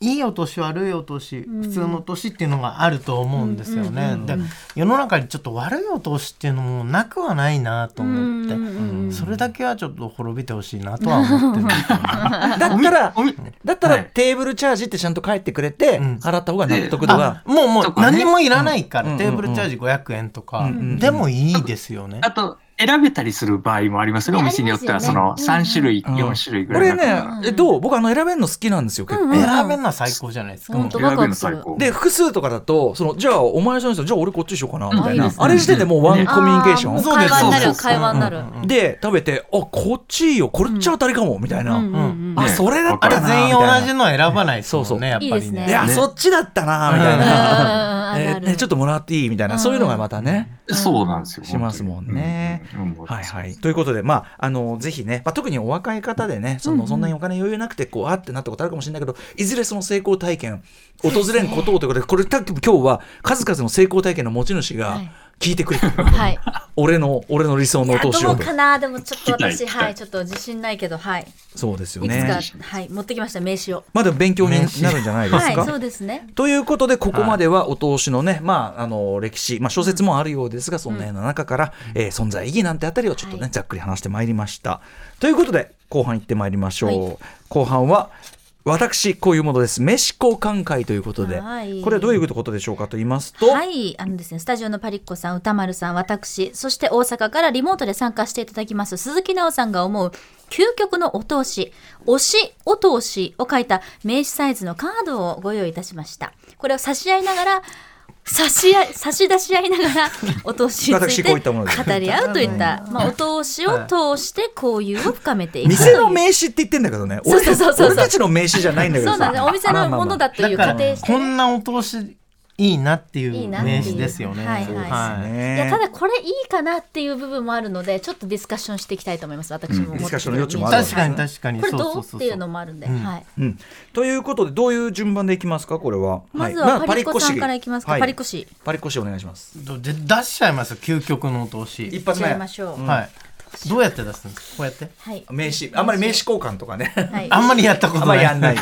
いいお年悪いお年、普通の年っていうのがあると思うんですよね、で世の中にちょっと悪いお年っていうのもなくはないなと思って、
うんうん
それだけはちょっと滅びてほしいなとは思ってるんですよね
だったら
おみ
だったら、
はい
テーブルチャージってちゃんと返ってくれて、
うん
払った方が納得度
あ
が
もうもう
とかね
何もいらないから、
うん
テーブルチャージ500円とか、
ん
でもいいですよね、
あと選べたりする場合もありますよね、
ね
お店によって
あ
は、
ります
そ
よね
の3種類、
うん
4種類ぐ
こ
らい
れ
の
ね
中
えどう僕あの選べるの好きなんですよ結構。
うんうん
選べるのは最高じゃないですか、
本当
選べるの最高。
で複数とかだとそのじゃあお前その人じゃあ俺こっちにしようかなみたいな、
あいいですね
あれ時点でもうワン
ね
コミュニケーション、
あーもう
そうで
会
す
話になる
そうそう
会話になる。
で食べて「あこっちいいよこれっちゃ当たりかも」みたいな「
うんうん
あ
ね
それだった
あれ
らな」
全員
みたい
同
な
じのは選ばないですもんね
そうそう
やっぱり
いいですね
いや、
ね
そっちだったな」みたい
うんうんうんある
な「
ある
えねちょっともらっていい?」みたいな、そういうのがまたね、
そうなんですよ。
しますもんね。
本当にうんうん
はいはい、ということで、まあ、あのぜひね、まあ、特にお若い方でねそのそんなにお金余裕なくてこうあってなったことあるかもしれないけどいずれその成功体験訪れんことをということでこれ多分今日は数々の成功体験の持ち主が
はい
聞いてくれる、
はい。
俺の俺の理想のお
ど
年を
うかなでもちょっと
聞きた
私
い聞きたい
はいちょっと自信ないけどはい
そうですよ
い
ね
くつかはい持ってきました名刺を。
まあでも勉強になるんじゃないです
はい
か。
そうですね。
ということでここまではお通しのね、まああの歴史、まあ、小説もあるようですが、そんなような中から、えー存在意義なんてあたりをちょっとね、
はい
ざっくり話してまいりましたということで後半行ってまいりましょう、
は
後半は私こういうものです飯交換会ということで、
はい
これはどういうことでしょうかと言いますと、
はい、あのですね、スタジオのパリッコさん、歌丸さん、私、そして大阪からリモートで参加していただきます、鈴木奈緒さんが思う、究極のお通し、推しお通しを書いた名刺サイズのカードをご用意いたしました。これを差し合いながら、差し合い差し出し合いなが らお通しにつ
私
い
こうい
て
ったものです
語り合うといった、まあ、お通しを通して交友を深めていくとい
店
う
の名刺って言ってんだけどね
そうそうそうそう
俺た俺たちの名刺じゃないんだけど
そ
さ
うなんですお店のものだとい
だ
う
か
仮
ら
定して
こんなお通しいいなってい
いいうなっていう
名刺ですよね。
はいはい
ね
いやただこれいいかなっていう部分もあるのでちょっとディスカッションしていきたいと思います私も思
うん
ってる
ディスカッションの余地もあるわ
確かに確かに。
これ
そう
ど
そううそ
っ
う
ていうのもあるんで、
うん
はい、
うん、ということでどういう順番でいきますかこれは、
ま
い
ずは
まあ
パリッコさ
市
んからいきますか、
はい
パリッコ氏
パリッコ市お願いします
どで出しちゃいますよ究極のお通し
一。発
ち
目
ゃいましょう、
はい。どうやって出すんですか。こうやって。
はい
名刺あんまり名刺交換とかね
はい
あんまりやったこと
あん
な
ま
い。
りやんないね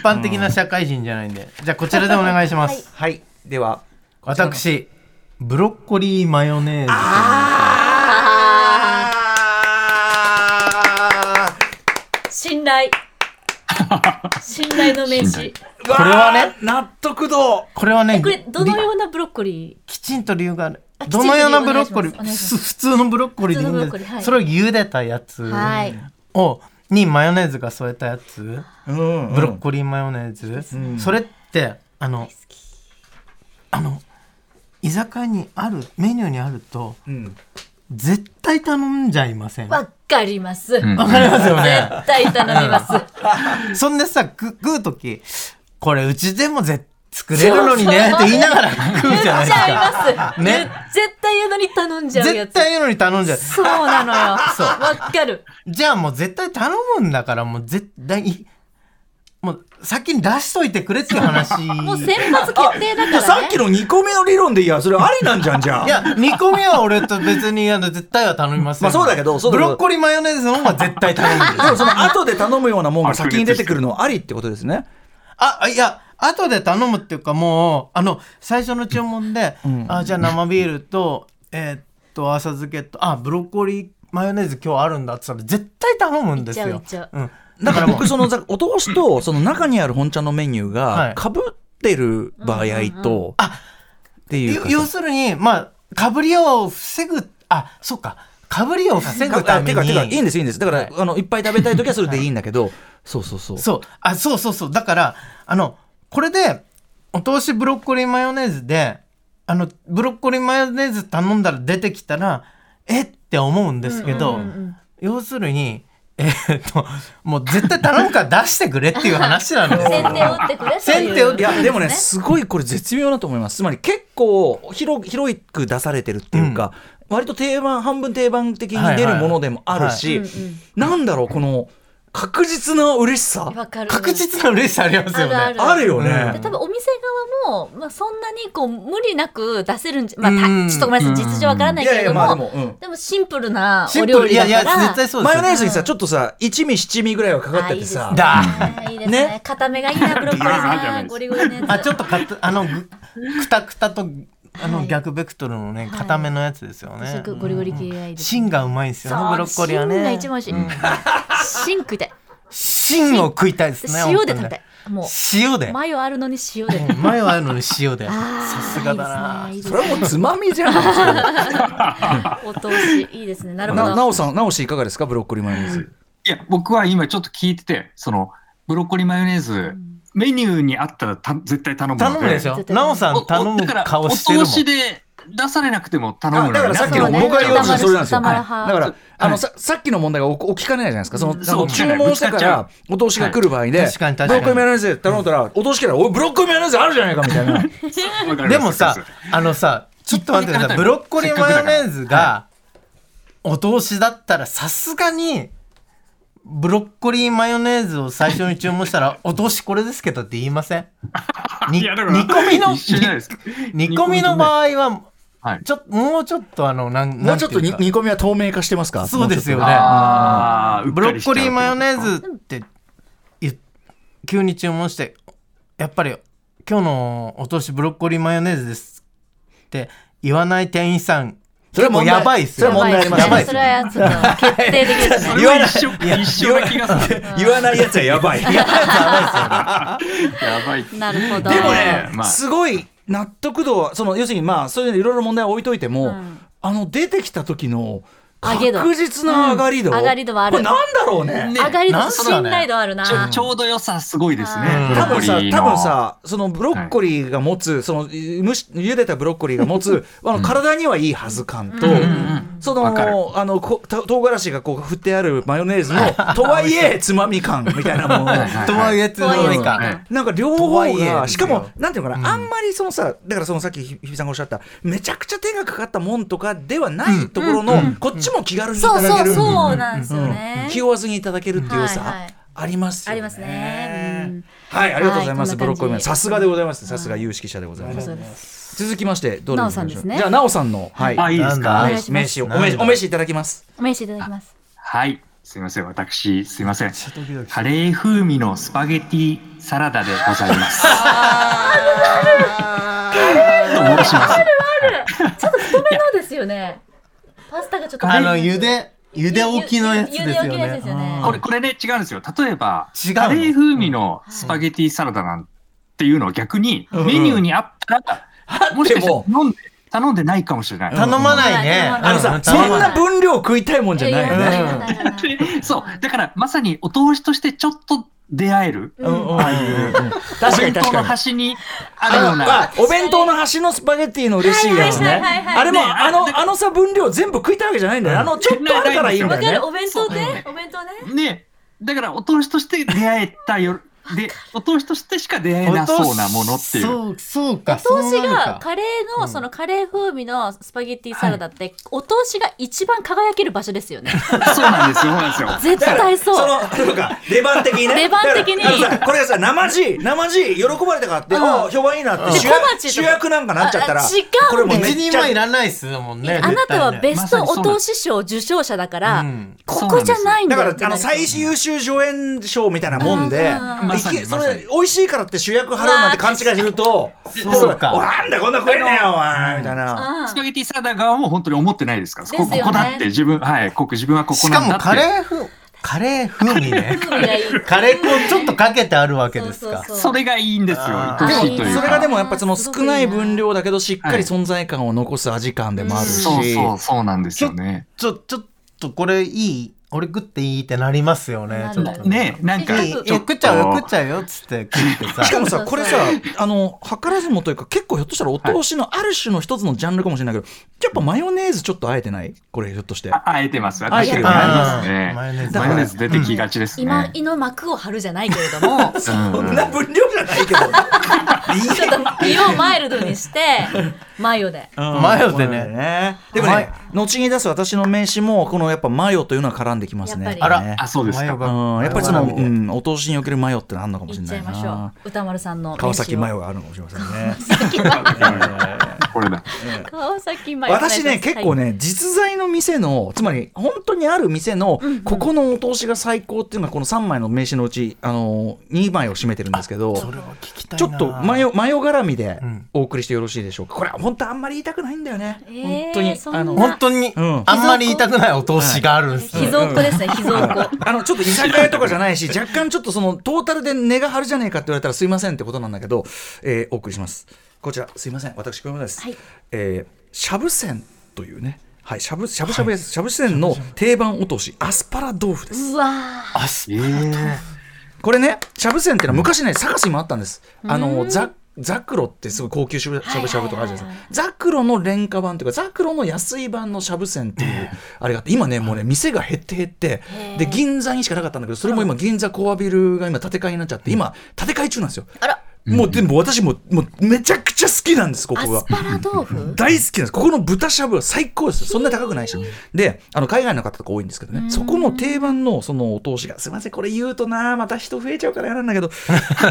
一般的な社会人じゃないんで。じゃあこちらでお願いします。
はいでは
私ブロッコリーマヨネーズ。
あ
あ
ー信頼信頼の名刺
信
こ
これはね
納得度
これはね
これどの
り
ようなブロッコリ
きちんと理由がある
あ。きちんと
ど
理由
のようなブロッコリ
お
ー
願いします
ふ普通のブロッコリーでいい
普
ん
通のブロッコリーは
で
い
す。それを茹でたやつ
ーはい
をにマヨネーズが添えたやつ。
うん
ブロッコリーマヨネーズ、それってあのあの居酒屋にあるメニューにあると
うん
絶対頼んじゃいませんわ
わかります、
ん
かりますよね
絶対頼みます
そんでさぐ食う時これうちでもぜ作れるのにねって言いながら 食うじゃな
言っ
い
ち
ですか
ゃいます、
ね
絶対言うのに頼んじゃうやつ
絶対言うのに頼んじゃう
そうなのよわかる
じゃあもう絶対頼むんだからもう絶対もう先に出しといてくれっていう話
もう先発決定だからね
さっきの2個目の理論でいやそれありなんじゃんじゃあ
いや、煮込みは俺と別に、あの、絶対は頼みません。
まあそうだけどそうだ
ブ
けど
ロッコリーマヨネーズの方が絶対頼 むん
で
で
も
す。
その後で頼むようなもんが先に出てくるのありってことですね
あ、あいや、後で頼むっていうかもう、あの、最初の注文で、あ、じゃあ生ビールと、えーっと、浅漬けと、あ、ブロッコリーマヨネーズ今日あるんだって言ったら絶対頼むんですよ。
いっちゃういっち
うん。
だから僕そのざお通しとその中にある本茶のメニュー
は
が
い
かぶってる場合とっていう
よ
か
要するに、まあ、かぶりを防ぐ、あ、そうか、かぶりを防ぐた
あ
め
て
に。
かてかいいんですいいんですだから、
はい
あのいっぱい食べたい時はそれでいいんだけど、そうそうそう
そう。あ、そうそうそう。だから、あの、これで、お通しブロッコリーマヨネーズで、あの、ブロッコリーマヨネーズ頼んだら出てきたら、えって思うんですけど、要するに、えーっと、もう絶対頼むから出してくれっていう話な んです
先手
よ。
を打ってくれという
先手を打っ
いやでもね
です
すごいこれ絶妙だと思いますつまり結構広広く出されてるっていうか、割と定番半分定番的に出るものでもあるし、
はいはいはいうんうん
なんだろうこの確実な嬉しさ
ねわかる
確実な嬉しさありますよね。
ある
あるよね、
うん
で多分お店側も、まあ、そんなにこう無理なく出せるんじゃ、まあ、
うん
たちょっとごめんなさい実情わからない
い
け
や
れ
いや
ど
まあで
も
も、うん
でもシンプルな
シ
お
ンプ
料
ル。
理
い
だ
やい
か
や、
ら
絶対そうで
マ
す
ヨ
よ
ネー
ね。
ズにさちょっとさ一味七味ぐらいはかかっててさ
だ
あい
ね
いですねいいですね固めがいいなブロッコリ
いやい
ー
やい
さ
や
んゴリゴリのやつ
あ、ちょっとかた、あの、ぐくたくたと、あの、逆ベクトルのね、
い
固めのやつですよね。
すごいゴリゴリ系がいいです
芯がうまいんですよね、ブロッコリーは
芯が
ね
一。番美味しい、芯食いたい
芯を食いたいですね。
塩で食べた
本
いもう
当にね。塩で。
マヨあるのに塩で
前はあるのに塩で。
あー
さすがだな。
いいです
そ
ね
れ
いい
はも
ですね
うつまみじゃん
お通しいいですねなるほ
な
ど
なおさんなおしいかがですかブロッコリーマヨネーズ
いや、僕は今ちょっと聞いてて、その、ブロッコリーマヨネーズ、メニューにあったらた絶対頼むので。
頼むでしょ
絶。対
なおさん頼む顔してる
お
も
お通し
ん。
で出されなくても頼むの
あだからさっきの
そうね
僕が言おうとしたそれなんですよ。
黙
はい
ら
だ
黙ら
から、
はい
あの
はい
ささっきの問題が起こ起きかねないじゃないですか。その
そう
あの
起き
注
かない
文してか
ぶつかっ
らお通しが来る場合で、
はい確かに確かに
ブロッコリーマヨネーズ頼んだらお通し来たらおいブロッコリーマヨネーズあるじゃないかみたいな。
わかります
でもさ、あのさ、ちょっと待ってください。ブロッコリーマヨネーズがお通しだったらさすがに、ブロッコリーマヨネーズを最初に注文したら、お通しこれですけどって言いませんに
い
煮
やだから
込みの、
一緒じゃないですか
煮込みの場合は、
はい
ちょっと、もうちょっとあの、なん、
も
な
うんち
て
ょっと
い
に
うか
煮込みは透明化してますか。
そうですよ
も
ね。
あー
ブロッコリーマヨネー
ズ。
ズって言っ急に注文してやっぱり「今日のお通しブロッコリーマヨネーズです」って言わない店員さん
それは問題
結構やばいっす
それ
よ
は問題あります
やばい
っ
ですすねそれはちょっと決定 的ですね
言わ一緒、一緒な気がする。
ちょっと言わないやつはやばい。
やばい。
なるほど
でもね、
まあ
すごい納得度はその要するにまあそういういろいろ問題は置いといても、
ん
あの出てきた時の
上げ度
確実な上がり度、
うん上がり度はある
これなんだろうね
ね
上がり
な
の
んすか
信
ね
頼度あるな
ちょちょうど良さすごいですね
うん。
ブロ
多分
ッコリ
さ
ーの
多分さそのブロッコリーが持つ、その蒸し茹でたブロッコリーが持つあの体にはいいはず感と、
うん
うんうん
そ
わかる
のあのこ唐辛子がこう振ってあるマヨネーズのとはいえつまみ感みたいなもの
はいはい
とはいえつ
とはいえ
の
つ
い
ま
か
み感
なんか両
と
方
はいえ
がしか
で
も
すよ
なんていうのかな、あんまりそのさだからそのさっきひひびさんがおっしゃっためちゃくちゃ手がかかったもんとかではないところの、こっちも気軽にい
そう
ただ
そ
け
う
る
そうなんですよね、
気負わずにいただけるっていうさ、
はいはい
ありますよね
ありますねうん
はいありがとうございます、
はい
ブ
こん
ロッ
な感じ
コリー麺さすがでございますさすが有識者でございます、
そうです
続きましてどう
なおさんですね
じゃあなおさんのはい、
あいいですか。
な
は
ん
い
名
だお願い
名
し
刺をお名刺お名刺いただきます
お召しいただきます
はい。すみません。私すみません。
ドキドキ
カレー風味のスパゲティサラダでございます。カレーと申します。
ちょっと太めのですよねパスタがちょっと
あのゆでゆで置きのやつですよ
ゆで置きのやつですよね
ね
これこれね違うんですよ。例えば
違うの
カレー風味のスパゲティサラダなんていうのは逆に
うん
メニューにあったら、もしかしたら
あって
頼んで頼んでないかもしれない。
頼まないね
うん
あのさ、
うん
そんな分量食いたいもんじゃないよね、
そうだからまさにお通しとしてちょっと出会える。
うんうんうんうん確
お
かに
弁
確
当の
かに
端にあるような。
あお弁当の端のスパゲッティの嬉しいやつね
はいはいはいはい
あれも
ね
あのあのさ分量全部食いたいわけじゃないんだよあのちょっとあるからいいんだ
わ
よ
か
ね
るお弁当ねお弁当ね
ねだからお通しとして出会えたよでお通しとしてしか出会えなそうなものっていう。
そうそうか
お通し
そうなる
が
か
カレーのそのカレー風味のスパゲッティサラダってお通しが一番輝ける場所です よね
そうなんですよ。そうなんですよ。
絶対
そ
そう
のそうか出番的にね
出番的に
だからあのさこれがさ生地生地喜ばれたからって、
うん
お評判いいなっ
で
て主
小
役
鉢とか
主役なんかなっちゃったら
ああ違うんだよ
これもうめっ
一人
ちゃ
前いらないっすもんね
あなたはベスト
まさにそうな
お
ん
通し賞受賞者だから、
うん
ここじゃないんだ
だか
よ
ら
って
あの
なる
最優秀助演賞みたいなもんで、
うん
うん
いき
まさに
そ
まさ
れ
に
美味しいからって主役払うなんて勘違いすると、
そうか
おいなんだこんな食えねえよお前みたいな。
うん
スパゲティサラダ側も本当に思ってないですから、
ですよ
こ
ね
ここだって自分はいここ自分はここ
し
な
か
ん
も
だって
カレー風カレー風味ね
風味がいい
カレー粉をちょっとかけてあるわけです
そう
か
そう
それがいいんですよ
あー
愛
で
しいと
も
いう
それ
か
がでもやっぱその
す
少
ごいな
ない分量だけどしっか
は
り
い
存在感を残す味感でもあるし、
そうそうそうなんですよね
ちょちょっとこれいい俺食っていいってなりますよね
な
ちょ
る
っと
ねなんか
いい
ちょっと
食っちゃうよ食っちゃうよっつって食ってさ
しかもさ
そう
こ
そう
れ
そ
さ
う
あの図らずもというか結構ひょっとしたらお通しのある種の一つのジャンルかもしれないけどやっぱマヨネーズちょっとあえてないこれひょっとして
ああえてます
あえ
私
て
け
る
どあり
うんマ
ま
ヨネ
す
ー
ね
ズ
マヨネーズ出てきがちです
今
ね
胃の膜を張るじゃないけれどもちょっ
そんな分量じゃないけど
と胃をマイルドにしてマヨで
うん
マヨでね
でも
マ
ね
ヨ
後に出す私の名刺もこのやっぱマヨというのは絡んできますね
やっぱり
あ
あ
ら
ら
あそうです
マヨ
か
が
うんやっぱりその、
マヨが
うん、お通しにおけるマヨってのあるのかもし
い
れ
っち
な
ゃ
い
いましょ
な
う歌丸さんの
川崎マ
ヨ
ヨがあるのかもしれません ね
これだ
川崎マヨ
私ね結構
ね
ね実在の店のつまり本当にある店のここのお通しが最高っていうのがこの3枚の名刺のうちあの2枚を占めてるんですけど
それは聞きたい
ち
な
ょっとマヨマヨ絡みで
うん
お送りしてよろしいでしょうかこれは本当あんまり言いたくないんだよね
えー
本当に
そんな
あの
本当に
うん
あんまり言いたくないお通しがあるんです
秘
ね
蔵っ子ですね秘蔵っ子
あのちょっと居酒屋とかじゃないし若干ちょっとそのトータルで値が張るじゃねえかって言われたらすいませんってことなんだけど、えーお送りしますこちらすいません私小山です、
はい
えーしゃぶせんというねはいしゃぶしゃぶしゃぶやしゃぶせんの定番お通しアスパラ豆腐です
うわー
あす
ええ
これねしゃぶせんってのは昔ね探しもあったんですあのザザクロってすごい高級しゃぶしゃぶしゃぶとかあるじゃないですか、ザクロの廉価版というかザクロの安い版のしゃぶせんっていうあれがあって今ねもうね店が減って減ってで銀座にしかなかったんだけどそれも今銀座コアビルが今建て替えになっちゃって今建て替え中なんですよ
あら
もうでも私ももうめちゃくちゃ好きなんですこ
ア
こが
スパラ豆腐
大好きなんです。ここの豚しゃぶは最高です。そんな高くないし。で、あの海外の方とか多いんですけどね、そこの定番のそのお通しが、すいません、これ言うとな、また人増えちゃうから嫌なんだけど、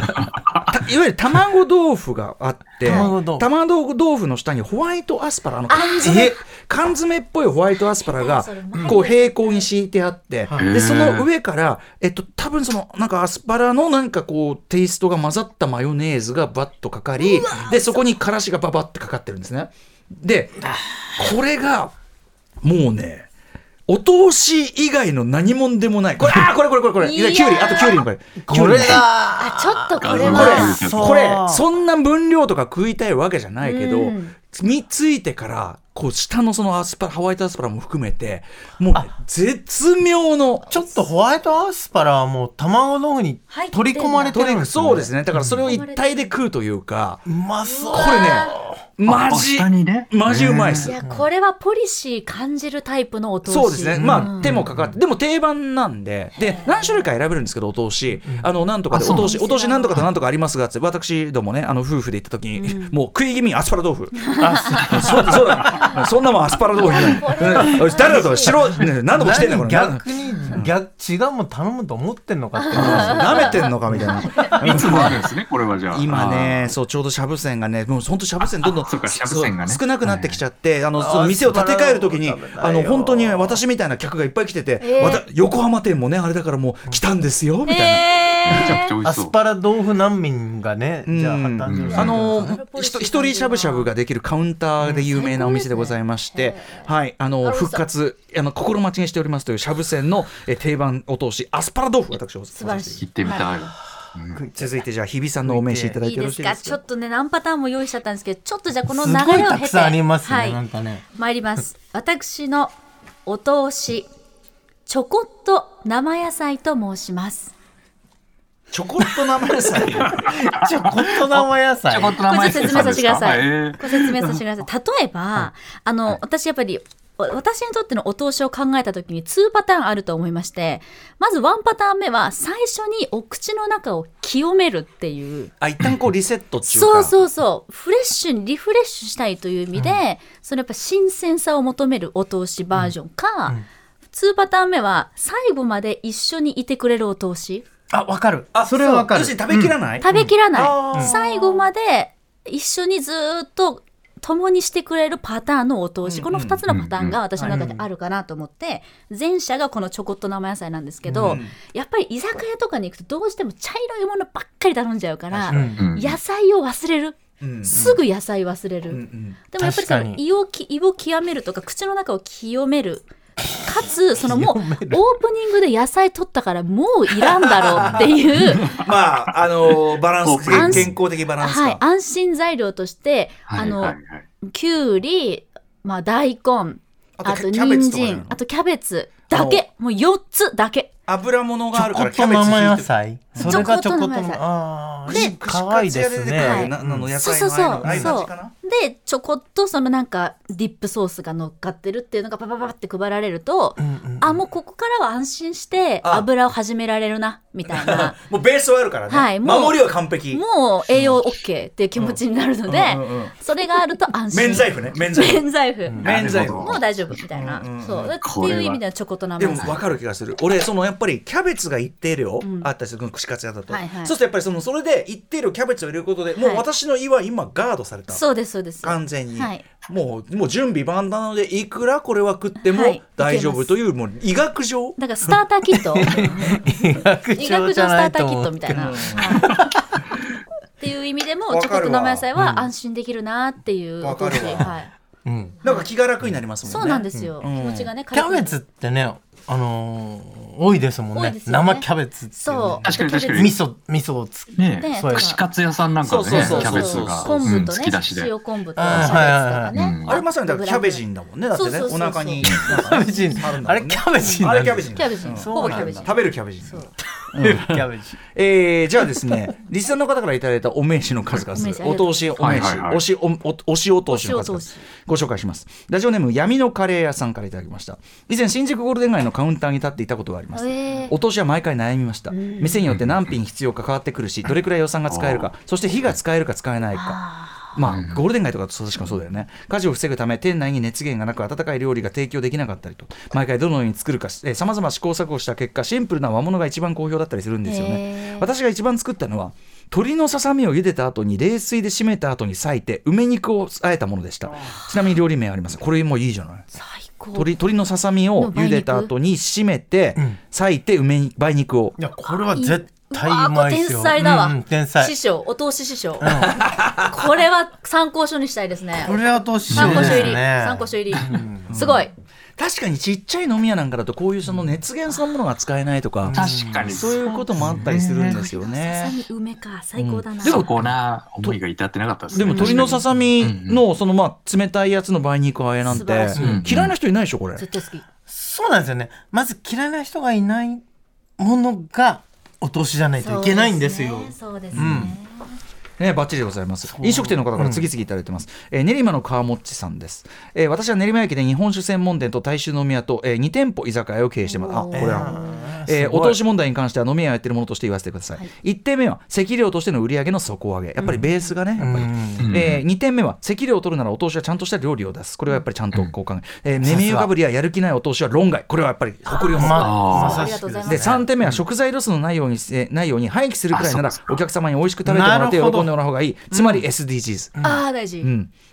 たいわゆる卵豆腐があって、
卵豆腐
卵豆腐の下にホワイトアスパラ、あの缶詰
え、
缶詰っぽいホワイトアスパラが
それうまい、
こう平行に敷いてあって、で、その上から、えっと、多分その、なんかアスパラのなんかこう、テイストが混ざったマヨネーズがバッとかかり、で、そこにからしがババってかかってるんですね。で、これが、もうね、お通し以外の何もでもない。これ、あーこれこれこれこれ。いや、
い
きゅ
やー
うり、あときゅうりのこれ。きゅ
こ
うり
れ
の
だ
あちょっとこれ
これ
は
そう
これそんな分量とか食いたいわけじゃないけど、
うん
についてからこう下のそのアスパラハワイトアスパラも含めてもうね、絶妙の
ちょっとホワイトアスパラはもう卵の方に取り込まれて
ト
る
リッ
んで
ク
すね
そうですねだからそれを一体で食うというか、
うまそう
これねマジ
下にね
マジうまいっす
いやこれはポリシー感じるタイプのお通し
そうですね、ま
う
あ
ん
手もかかってでも定番なんでで何種類か選べるんですけどお通しあのなんとかで
あそう
お
なん
通
で
し
す
お
よ
通しなんとかとなんとかありますがって私どもねあの夫婦で行った時に、もう食い気味にアスパラ豆腐あ そうそうだそんなもんアスパラ豆腐じゃないうん誰だと白ね何度もしてんだこれ
何逆に逆違うもん頼むと思ってんのかって話
なめてんのかみたいな
いつもあるんですね、これはじゃあ。
今ね、そうちょうどしゃぶせんがね、もう本当しゃぶせんどんどん
あそうかしゃぶせんがね
そう少なくなってきちゃって、あの
あー
その店を建て替えるときに
素晴らしい
あの本当に私みたいな客がいっぱい来てて、
えー
わた横浜店もねあれだからもう来たんですよみたいな。
え
めちゃくちゃ美味
ア
しそう
ス。パラ豆腐難民がね
うん
じゃあ誕生してるんですね
あの
うん
ひと一人しゃぶしゃぶができるカウンターで有名なお店でございまして、はいあの復活あの心待ちにしておりますというしゃぶせんのえ定番お通しアスパラ豆腐私おすす
素晴
め
ら
してい
し
行ってみたい。
続いてじゃあ日比さんのお名刺いただ
い
い
い
てよ
で
ろし
す
い
か
です
ちょ
か。
っとね何パターンも用意しちゃったんですけどちょっとじゃあこの
す
流
ごい
れを
た
経
く
て
さんありますね、
はい
なんかね
参ります私のお通しちょこっと生野菜と申します
ちょこっと生野菜。
ちょこっと生野菜
これちょっと説明させてください。
え
ご説明させてください。 例えば、あの、私やっぱり、お私にとってのお通しを考えたときに2パターンあると思いまして、まず1パターン目は最初にお口の中を清めるっていう。
あ一旦こうリセットっていうか。
そうそうそう。フレッシュにリフレッシュしたいという意味で、そのやっぱ新鮮さを求めるお通しバージョンか、2パターン目は最後まで一緒にいてくれるお通し。
あわかるそれはわかる
要するに食べきらない、
食べきら
うんあ
ない、
ー
最後まで一緒にずーっと共にしてくれるパターンのお通し、この2つのパターンが私の中であるかなと思って、前者がこのちょこっと生野菜なんですけど、やっぱり居酒屋とかに行くとどうしても茶色いものばっかり頼んじゃうから、
うん
野菜を忘れる、
ん
すぐ野菜忘れる、
ん
でもやっぱりそ
確
の
かに
胃をき胃を極めるとか口の中を清めるかつそのもうオープニングで野菜取ったからもういらんだろうっていう
まああ のバランス
オープ
ン
健康的バランス
はい
か、、
安心材料として、
はいはいはい
あのきゅうり、まあ、大根
あと
あと
キャベ
人
ツとかじゃない
参あとキャベツだけもう4つだけ
油物があるからキ
ち
ャ
ょこ
ベ
っ
ツ
と
引いて
生野菜それがちょこ
ちょ
っと
こっと生野菜
ああ
串
かわいいです
串カツ屋出てく
は
る
ね
い
なあの野
そう
菜
そ
の
うそ
間
う
の間
そう
かな
でちょこっとそのなんかディップソースが乗っかってるっていうのがパパパパって配られると、あもうここからは安心して
あ
油を始められるなみた いな
もうベースはあるからね、
はいもう
守りは完璧
もう栄養 OK っていう気持ちになるので、
うんうんうん
それがあると安心
免罪符ね免 罪符
免罪符
免罪
なる
符
ほど
もう大丈夫みたいな、
うんうんうん
そうって
これ
い
は
う意味ではちょこっと生
で
野
も
菜
分かる気がする俺そのやっぱりキャベツが一定量
ん
あったりする串カツ屋だと、
はいはい
そうするとやっぱりそのそれで一定量キャベツを入れることでもう
はい
私の胃は今ガードされたの、
そうですそうです
完全に、
はい
もうもう準備万端なのでいくらこれは食って
は
も
い
大丈夫という、もう医学上
だからスターターキ ット医
医
学上スターターキットみ
た
たいな。はいっていう意味でも
わ
ちょ
か
こっ
るわ
と生野菜は安心できるなっていう
わかるわ
はい、
いな、うん、
なんか気が楽になりますもんね
そうなんですよ、
ん
気持ちがね
キ
軽
ャ
く
ベツってねあのー多いですもん
多
ね
いですよね
生キャベツって、ね、
そう
確かに確
キ
か
ャ
に
ベツ
味噌味噌をつ
ね
ね
そう
串カツ屋さんなんかね、キ
そうそうそう
ャベツが
昆布
うん
と
好
ね
きだしで。
塩昆布とキ
あ
ャ
ー
ベツとか
はい
ね
は
あ
い
れまさにだからキャベジンだもんねだってね
そうそうそう
お
そう
腹に
キャベジン
あるんだもんね
あれキャベジン
あ
なん
れ
です
キャベジン
キャベジンほぼキャベジン
食べるキャベジン
そう
キャベジ
えー、じゃあですね リスナーの方からいただいたお名刺の数
お名刺あ
々
りがとう
お通しお名
はいはいはい
刺おしおおおしお通しの数
お
々
しお通し
ご紹介しますラジオネーム闇のカレー屋さんからいただきました以前新宿ゴールデン街のカウンターに立っていたことがあります
えー
お通しは毎回悩みました店によって何品必要か変わってくるしどれくらい予算が使えるかそして火が使えるか使えないかまあ、ゴールデン街とかと確かにそうだよね火事を防ぐため店内に熱源がなく温かい料理が提供できなかったりと毎回どのように作るかさまざま試行錯誤した結果シンプルな和物が一番好評だったりするんですよね
へー
私が一番作ったのは鶏のささみを茹でた後に冷水で締めた後に裂いて梅肉をあえたものでしたちなみに料理名ありますこれもいいじゃない
最高
鶏鶏のささみを茹でた後に締めて
ん
裂いて梅梅肉を
ンいやこれは絶対うまいですよ
うわーこれ天才だわ、
うんうん天才
師匠お通し師匠、 これは参考書にしたいですね
これは年
参
上
考書
です
入り
ね
参考書入りすごい
確かにちっちゃい飲み屋なんかだとこういうその熱源そのものが使えないとか、
確かに。
そういうこともあったりするんですよ
ささ
ね。
み梅か最高だな、
で
で
も
も、こうな思いが至ってなかったです
で
ね。
も
確
鶏
かに
のささみのそのまあ冷たいやつの梅肉和えなん
素
て
晴らしい
うん
嫌いな人いないでしょこれ。
絶対好き
そうなんですよねまず嫌いな人がいないものがお通しじゃないといけないんです
そ
よ
うですねそうですね
ね、バッチリでございます。飲食店の方から次々いただいてます。えー練馬の川もっちさんです、えー私は練馬駅で日本酒専門店と大衆飲み屋と、え2店舗居酒屋を経営してます。あ、これは。えーお通し問題に関しては飲み屋をやってるものとして言わせてください、1点目は席料としての売り上げの底上げやっぱりベースがね、やっぱり、
うん
え2点目は席料を取るならお通しはちゃんとした料理を出すこれはやっぱりちゃんとこう考え、えーメニューかぶりややる気ないお通しは論外これはやっぱり誇りを持つ
ま
あ
さ
りが
し
とうご
く
ざいます
で3点目は食材ロスのないように,、えーないように廃棄するくらいなら
あそうか
お客様に美味しく食べてもらって喜
なる
ん
ほ
で
ど
もらう方がいいつまり SDGs、うん
ああ大事、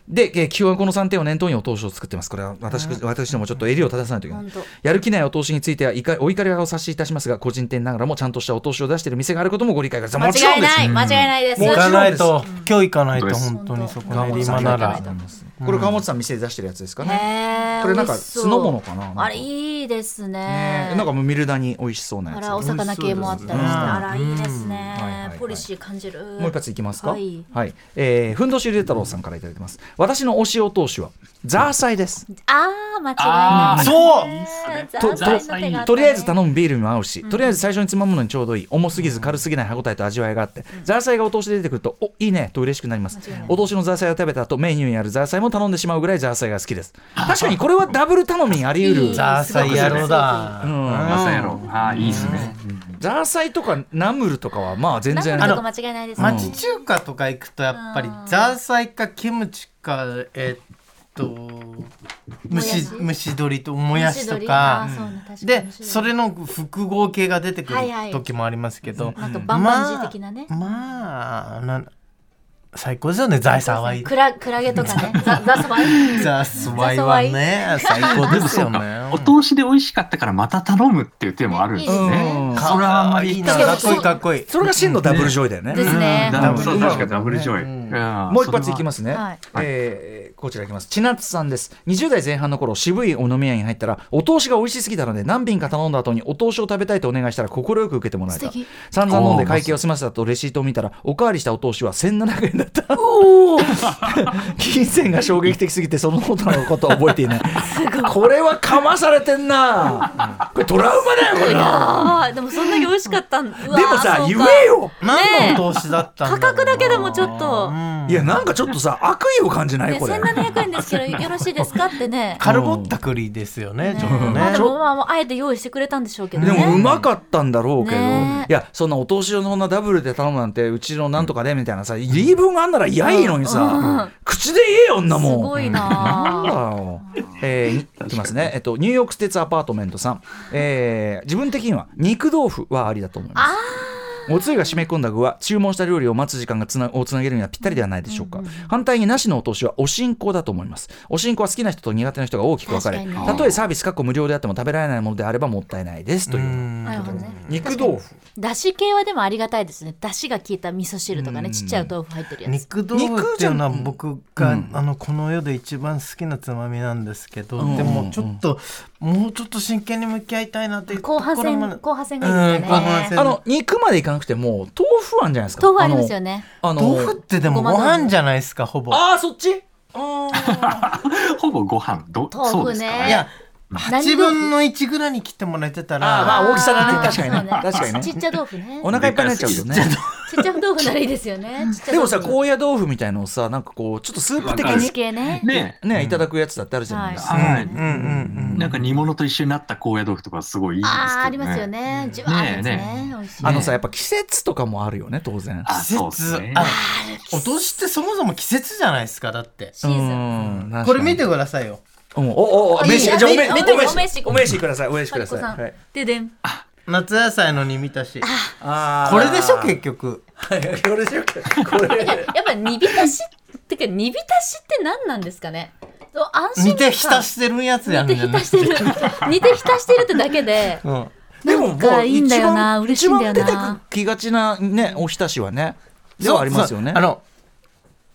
で、えー基本はこの3点を念頭にお通しを作ってますこれは私,、私どもちょっと襟を正さないといけない
本当
やる気ないお通しについてはいかお怒りを察しいたしますが個人店ながらもちゃんとしたお通しを出している店があることもご理解ください
間
もちろ
違
ん
い
です
ない間違いないです
も
行
ちろ
か
ん
ないと今日行かないと本当にそこ
川
練
本さ
馬
ん
な
行
ら
かないと
これ川本さん店で出してるやつですかね、
へー
これなん
美
か
味しそう
酢の物かななんか
あれいいですね
ねなんかもうミルダに美味しそうなや
あ
つ
らお魚系もあったりして、
美味しそうですね
あらいいですね、
うんはいはいはい
ポリシー感じる
もう一発いきますか。は
はいい、
えーふんどしゆで太郎さんからいただいてます。私の推しお通しは、ザーサイです。
あー間違いない
あー
そう
と
ザーサイの手があったね
とりあえず頼むビールにも合うし、とりあえず最初につまむのにちょうどいい。重すぎず軽すぎない歯ごたえと味わいがあって、ザーサイがお通しで出てくると、おいいねと嬉しくなります
間違いない。
お通しのザーサイを食べた後、メニューにあるザーサイも頼んでしまうぐらいザーサイが好きです。確かにこれはダブル頼みにあり得
い
る。
い
ザ
ザーサイ野郎だ、
ん
朝やろう。ああ、いいですね。
ザーサイとかナムルとかは、まあ全
ナム
然。
ル
あ
と
の
か間違いないですね、
町中華とか行くとやっぱりザーサイかキムチかえっと
も
蒸し
やし
蒸し鶏ともやし
蒸
と
し鶏あーそう
か
ね確かに
で
蒸し鶏
それの複合系が出てくる
はいはい
時もありますけど、
なんかバンバンジー的なね
まあ、まあなん最高ですよねザーサイは
クラクラゲとかねザザソバイ
ザーサイはね最高
で
で
も
す
そ
よ
う
ね
か。お通しで美味しかったからまた頼むっていう手もあるんです
うん
ね。
うん
それはあんまり
いいな
でも
かっこいいかっこいい
それが真のダブルジョイだよね。
ですね、
ダブルそう
うん
確かにダブルジョイ。。
もう一発いきますすね。
はい
えーこちらいきます。千夏さんです。20代前半の頃、渋いお飲み屋に入ったら、お通しが美味しすぎたので、何瓶か頼んだ後にお通しを食べたいとお願いしたら、快く受けてもらえ
素
た
敵。
散々飲んで会計を済ませたとレシートを見たら、おかわりしたお通しは1700円だった。 金銭が衝撃的すぎて、そのことのことは覚えていない。これはかまされてんな。これトラウマだよ、これな。
あーでもそんなに美味しかったんで
でもさ、言えよ
何のお通しだったんだろう
価格だけでもちょっと、
いや、なんかちょっとさ、悪意を感じない
ね、
これ。
1700円ですけどよろしいですかって ね
カルボッタクリですよねちょっとね、
まあでもまあまああえて用意してくれたんでしょうけど
で
ね
もうまかったんだろうけど、
ね
いやそんなお通しのそんなダブルで頼むなんてうちのなんとかでみたいなさ言い分があんなら嫌いいのにさ、口で言えよ女もん
すごいなあ
なんだよ。えー、いきますね。えっと、ニューヨークステツアパートメントさん。えー自分的には肉豆腐はありだと思います。おつゆが締め込んだ具は注文した料理を待つ時間がつなをつなげるにはぴったりではないでしょうか、反対になしのお通しはお信仰だと思いますお信仰は好きな人と苦手な人が大きく分かれ
確かに
たとえサービスかっこ無料であっても食べられないものであればもったいないですという
なるほどね
肉豆腐
だし系はでもありがたいですねだしが効いた味噌汁とかねちっちゃいお豆腐入ってるやつ
肉豆腐っていうのは
肉じゃん
僕が、
うん
あのこの世で一番好きなつまみなんですけど、
ん
でもちょっと、もうちょっと真剣に向き合いたいなっていう
後半
ところまで
戦後半戦がいいですか
うん後半
ね
戦
あの肉までいかなくても豆腐あんじゃないですか
豆腐ありますよね
あのあの
豆腐ってでも
ごま
ご
豆腐
飯じゃないですかほぼ
ああそっちあー
ほぼご飯、ど、
豆腐ね
そうですか
ー
い
ね。
や8分の1ぐらいに切ってもらえてた
あーま
ら
あ大きさがね確かにね
そう
確かにね
ちっちゃい豆腐ね
お腹いっぱいになっちゃうよね
ちっちゃい豆腐ならいいですよねちっち
で
ゃい
も
豆腐
さ高野豆腐みたいのをさなんかこうちょっとスープ的
だし
に
系ね
ね
ねいただくやつだってあるじゃないですか、
は
はい
うんうん
なんか煮物と一緒になった高野豆腐とかすごいいいですけどね。
あーありますよねじゅわーってやつね
ね
美味しい
あのさやっぱ季節とかもあるよね当然
あ、
季
そうです
節
ね。
あお通しってそもそも季節じゃないですかだって
シーズン
うん確かに
これ見てくださいよ
うんおおお
あ
名
いい
刺
ね
じゃあおめ
あいい
お
ね
名
お名
刺
刺
お名刺くださいお名刺
パ
くだ
リコ
さい
さん、
はい
ででん
夏野菜の煮浸し
あー
これでしょ結局
はいこれでしょこ
や
れ
っぱ煮浸しってか煮浸しって何なんですかねそう安心
煮て浸してるやつや
煮
ん
て
じゃな
浸
い
してる煮て浸してるってだけで
うん
でも
なんかいいんだよな
もう
嬉しいんだよな
一番出てきがちなねおひたしはねではありますよね
そうそうあの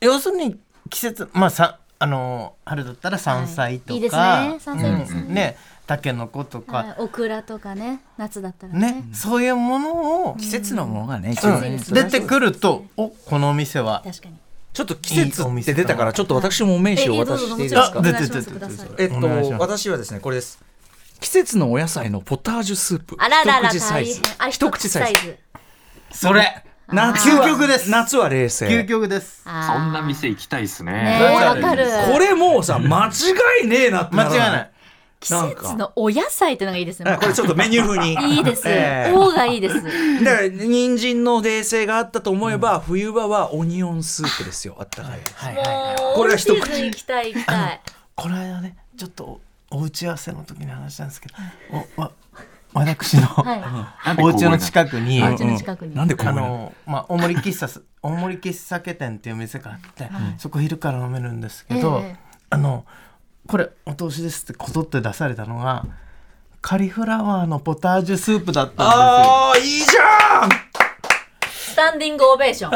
要するに季節まあさあの春だったら山菜とか、
はいいいですね山菜いいですね
うんねタケノコとか、
はいオクラとかね夏だったら
ね
ね
そういうものを、
季節のものがね、一
う
番
ん
ね
それ
出
はそう
てくるとおこのお店は
確かに
ちょっと季節って出たからちょっと私もお名刺をお渡ししていいで
ええ
す
どうぞど
か
うぞお願いしますく
出て出て
ださい
えっ
お願いし
と、
ます
私はですね、これです。季節のお野菜のポタージュスープ。
あららら
一口サ
大
イズ
変。あ
一口サイズ。
ズ
それ
夏は
究極です
夏は冷静。
究極です
あ
そ
ー
んな店行きたいですね。
ねえわかる
これもうさ、間違いねえなって
間違い
ら
ない。
季
なん
節
か。
のお野菜ってのがいいですね
あこれちょっとメニュー風に。
いいです
ええ
王がいいです
だから、人参の冷製があったと思えば、冬場はオニオンスープですよ。あったかい。
はいはいはい
も
こ
う
れは一口
オフシーズン行きたい行きたい
この間ねちょっとお打ち合わせの時の話なんですけどおわ私の
は
なんで
お
こう
家の近くに、
いお
うん
家の近くに
なんでこ
あ
んな
のまあ、大森喫茶す 大森喫茶家店っていう店があって、そこ昼から飲めるんですけど、
ええ
あのこれお通しですってこぞって出されたのがカリフラワーのポタージュスープだったん
ああ、いいじゃん
スタンディングオベーション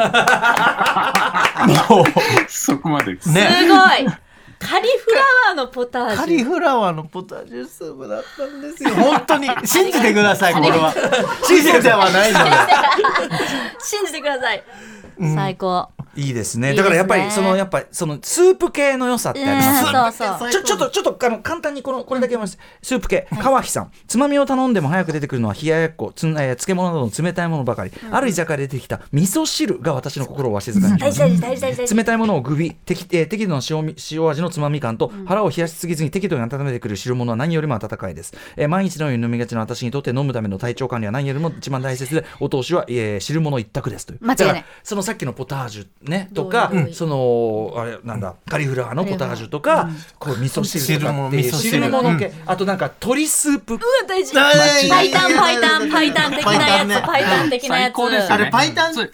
そこまで。
ですよ。
す
ね
ごいカリフラワーのポタ
カ
ージ
リ
ュ
フラワーのポタージュスープだったんですよ。本当に信じてくださいこれは。信じてはないので。
信じてください最高
いいですね。
いい
だ
です
から
ね
やっぱり、その、やっぱり、その、スープ系の良さってありますよね
うんそう
ち
そう
ょ、ちょっと、ちょっと、あの、簡単にこの、これだけ読みます。スープ系、川日さん。つまみを頼んでも早く出てくるのは冷ややっこ、つんえー漬物などの冷たいものばかり。ある居酒屋で出てきた味噌汁が私の心をわしづかみにしま
大
した
事大事大事大事大事
冷たいものをグビ適,、えー適度な塩み塩味のつまみ感と腹を冷やしすぎずに適度に温めてくる汁物は何よりも温かいです、えー毎日のように飲みがちな私にとって飲むための体調管理は何よりも一番大切でお通しは、えー汁物一択ですという
間違い
だ
な
か
い
らそのさっきのポタージュねとか
同意同意
そのあれなんだカリフラワーのポタージュとか、こう味噌汁とかっていう
汁物味噌汁
汁物系、あとなんか鶏スープ
うわ大事
はい
パイタンパイタンパイタン的なや
ね
つパイタン的なや
最高です
つ
よ
あ
ね
れパイタンって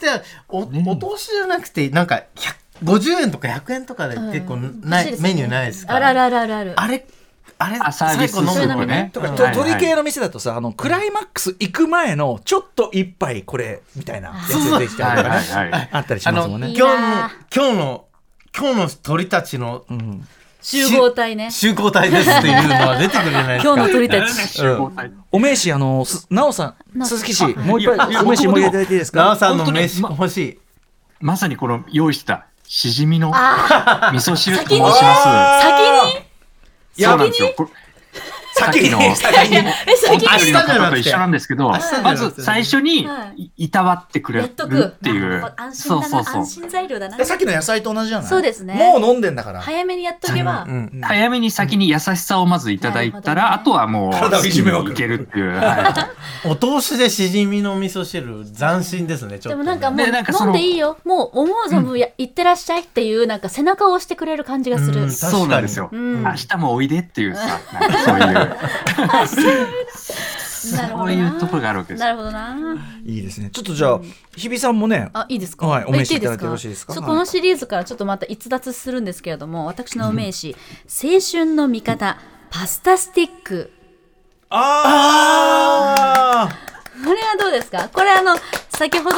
お,、お通しじゃなくてなんか150円とか100円とかで結構ない、メニューないですか
あららららら
あれあれ
あサービ
最
ス
後飲
ス
む
ープね。
とか、
はいはい
鳥系の店だとさあのクライマックス行く前のちょっと一杯これみたいなやつができた
は
り
い
とかね
はいはい。
あったりし
あ
ま
の
すもん
今
ね
い
日
いな
の
あ
今日の今日の鳥たちの
集合体ね
集合体ですっていうのは出てくるじゃないですか
今日の鳥たち
集合体
お名刺、あの、すなおさん、
な
鈴木氏、もう一
いやい
杯、
や
お名刺もう一回いただいていいです
なお
か
さんの飯欲しい
まさにこの用意したしじみの味
あ
噌汁と申し
あ
ま
ー先に
す。そうなんですよ。これさっきの
え先
アプ
に
リの方と一緒なんですけど、
明日じゃなくて
まず最初に
はい
いたわってくれ
や
る
っとく
っていう
あ。安
そ
心だ
うそ
な
う
安
そう。
心材料だな
えさっきの野菜と同じじゃない
そうですね
もう飲んでんだから。
早めにやっとけば
うんうん
早めに先に優しさをまずいただいたら、
な
あ
るほ
とはもう、
体をいじめまくる
いけるっていう。は
お通しでしじみの味噌汁斬新ですねち
で
ょっと
もなんかもう
ねなんかそ
飲
の
んでいいよもう思う存分や行ってらっしゃいっていうなんか背中を押してくれる感じがす
う
る
ん
い、そうなんですよ。
うん
明日もおいでってい うさ、なんかそうい
なる
う、
ほ
そ
ど
う
な
いうところがあるわけです
な。るほどない
いですね。ちょっとじゃあ、日比さんもね、
あいいですか、
はいお名刺
あ言って
いただいてよろしいですか
そうこのシリーズからちょっとまた逸脱するんですけれども私のお名刺、青春の味方パスタスティック
あ
これはどうですかこれあの先ほど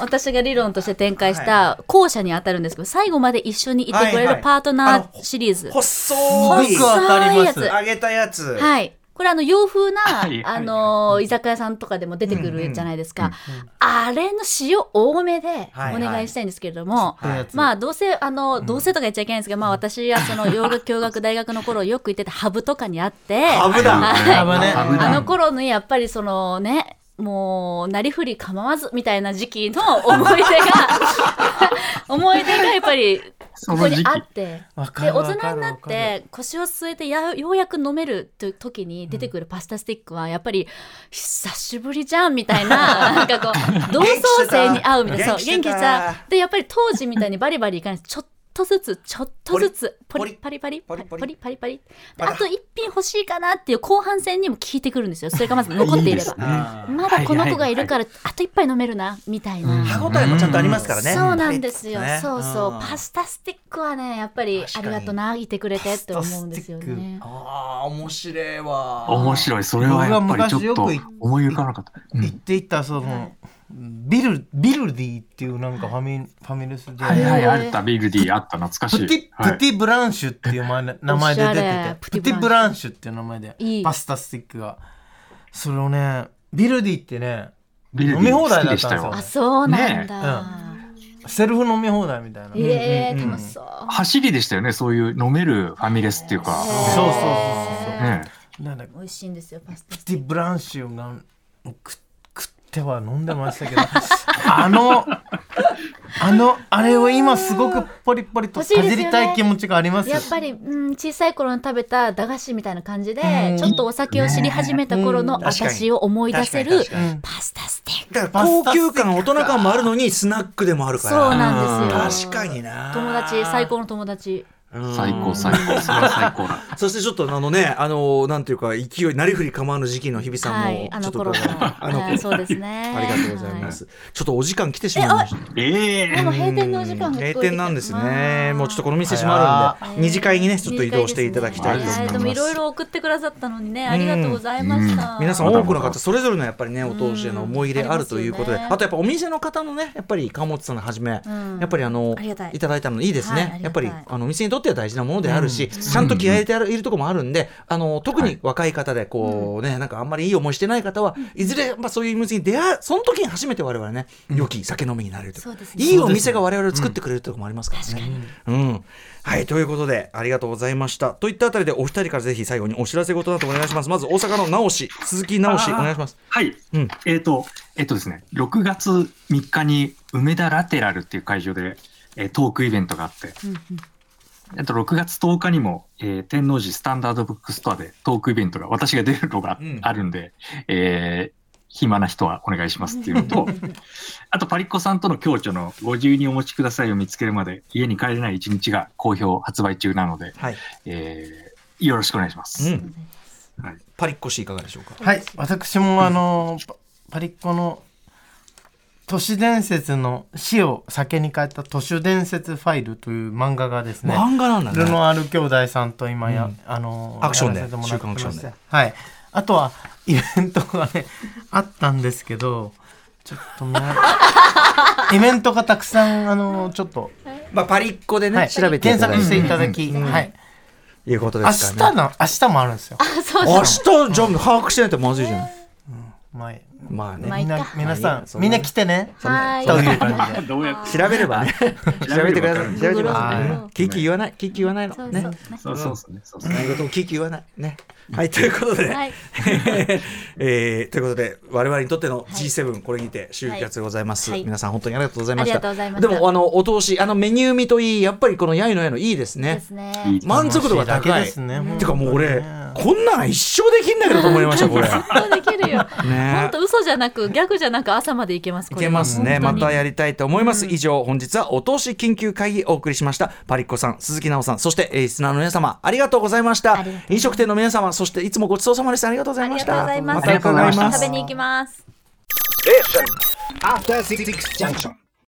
私が理論として展開した後者に当たるんですけど最後まで一緒にいてくれ
はいは
る
い
パートナーシリーズ、
ー
は
細い
よく当たります
細いや
揚げたやつ。
いこれあの洋風な、
はいはい
あのー居酒屋さんとかでも出てくるじゃないですか、あれの塩多めでお
はい
願いしたいんですけれども、
はいはい
まあどうせあの、どうせとか言っちゃいけないんですけど、まあ私はその洋楽教学大学の頃よく行ってたハブとかにあって、
ハブだ。
ハブね
ハブだ
あの頃のやっぱりそのね、もう、なりふり構わずみたいな時期の思い出が、思い出がやっぱり、ここにあって
わ、か
で、
る
大
わかる
人になって、腰を据えてや、ようやく飲めるという時に出てくるパスタスティックは、やっぱり、久しぶりじゃんみたいな、なんかこう、同窓生に会うみたいな、そう、元
元
気
気してた
さ、で、やっぱり当時みたいにバリバリいかないちょっとずつ、ちょっとずつ、ポ
ポ
リ
リ
パリパリ、
ポリ
パリ
ポ
パ
リ
リ、パリパリ。であと一品欲しいかなっていう後半戦にも効いてくるんですよ。それがまず残っていれば。
ば
まだこの子がいるから、あと一杯飲めるな、みたいな。
歯応えもちゃんとありますからね。
そうなんですよ、
ね
そうそう、
ん
パスタスティックはね、やっぱりありがとな、いてくれてって思うんですよ
パスタステ
ね。
ああ、面白いわ。
面白い。それはやっぱりちょっと思い浮かばなかった。う
行っ
ん
ていったその、ビルビルディっていうなんかファミファミレスで、
はいはい、
へー
あった、ビルディあった、懐かし
プテ
い
ィ。
はい
プティブランシュっていうまな名前で出て
おしゃれ
てプティブランシュっていう名前で
いい
パスタスティックがそれをねビルディってね
ビルディ
飲み放題だ
好
っ
きで
た
し
んで
た
すよ
よ
あ。そうなん
ね
だ、
セルフ飲み放題みたいな、
ええ
うんうんうん
楽しそう、
走りでしたよね、そういう飲めるファミレスっていうか。
そうそうそうそう
ね
なんだ
美味しいんですよパスタ
プティブランシュが食食っては飲んでましたけど あのあのあれを今すごくポリポリと
欲しい
か
ですよ
じ
ね
りたい気持ちがあります
やっぱり、うん、小さい頃に食べた駄菓子みたいな感じで、
うん
ちょっとお酒を知り始めた頃の
確かに
私を思い出せる
確かに確かに
うん
パスタスティック
だから高級感大人感もあるのにスナックでもある
そ
か
う
ら
なんですよ
確かにな
友達最高の友達
うん
最高最高、それは最高だ。
そしてちょっとあのねあのなんていうか勢いなりふり構わぬ時期の日々さんも、
はい
ちょ
あの
っとこ
頃
れ
の
あの
はいそうですね
ありがとうございま
は
す、ちょっとお時間来てしまいました
ええ
いでも閉店のお時間が聞こえてき
閉
た
店なんですねもうちょっとこの店閉
あ
ま
ら
るんで二次会にねちょっと移動していただきたいと
は
思い
い
ます、
でもいろいろ送ってくださったのにねありがとうございました
皆さん
まだ
多
まだ
くの方それぞれのやっぱりねお通しへの思い入れあるということで、
うんありますよね
あとやっぱお店の方のねやっぱり川本さんのはじめ、
うん
やっぱりあの
ありがたい
ただいたのいいですね、
はいあり
やっぱ
がたい
りあのお店にとっては大事なものであるし、ちゃんと気合い入れてあるいるとこもあるんであの特に若い方でこうね、なんかあんまりいい思いしてない方は、いずれまあそういうお店に出会うその時に初めて我々ね良き酒飲みになれるとい
そうですね
いいお店が我々を作ってくれるとこもありますからね。うんはいということでありがとうございましたといったあたりでお二人からぜひ最後にお知らせ事などお願いしますまず大阪の直し鈴木直しお願いします。
はい。
うん
えっ、と、えっ、とですね、6月3日に梅田ラテラルっていう会場で、えートークイベントがあって、あと6月10日にも、えー天王寺スタンダードブックストアでトークイベントが、私が出るのが
うん
あるんで、えー暇な人はお願いしますっていうの と、あとパリッコさんとの共著のご自由にお持ちくださいを見つけるまで家に帰れない一日が好評発売中なので、
はい、
えーよろしくお願いしま
う
す。
ん、
はい
パリッコ氏いかがでしょうか。
はい、私もあの、パパリッコの都市伝説の死を酒に変えた都市伝説ファイルという漫画がですね、
漫画なんだ
ル
ね。
ノアール兄弟さんと今や、
うん
あの
アクションで
やらせてもらってま
週刊ア
して
クションで
はい。あとはイベントがねあったんですけど、ちょっとね イベントがたくさんあのちょっと、
まあパリッコでね、
はい、
調べてい
検
ただい
索して
て
いただき、はい。
いうことで
明
す
日
からね。
の明日もあるんですよ。
明日じゃあ把握してないとまずいじゃない。
前
まあね。
まあ
みんな皆さ
まあいいや
ん
そんな
みんな来てね。
はい
という感じで。
どうやって
調べればね。調べてください。調べてくださ。
はい
キーキー言わない。キーキー言わない
そ
の。
うそう
ね
ね。
そうそうですね。そうですね。
何事もキーキー言わない。ね。はい、ということで。
はい
えーということで、我々にとっての G7、これにて終結でございます。
はいはい
皆さん、本当にありがとうございました。
ありがとうございました
でも、あの、お通し、あの、メニュー見といい、やっぱりこのやいのやいのいいですね。
ですね
いい
満足度が
楽しいだ
高
け
い。
ですね
てかもう俺、
本当
こんなの一生できんだけどと思いました、これ。
本当できるよ
ね
本当嘘じゃなく逆じゃなく朝までいけます
い
これ
けますね。ま
本当に
たやりたいと思います。以上、本日はお通し緊急会議お送りしました。パリッコさん、鈴木奈緒さん、そして、えーリスナーの皆様、ありがとうございました
りがとうございま。
飲食店の皆様、そしていつもごちそうさまでした。ありがとうございました。
ありがとうございます
た伺います
食。べに行きます
After Six Junction.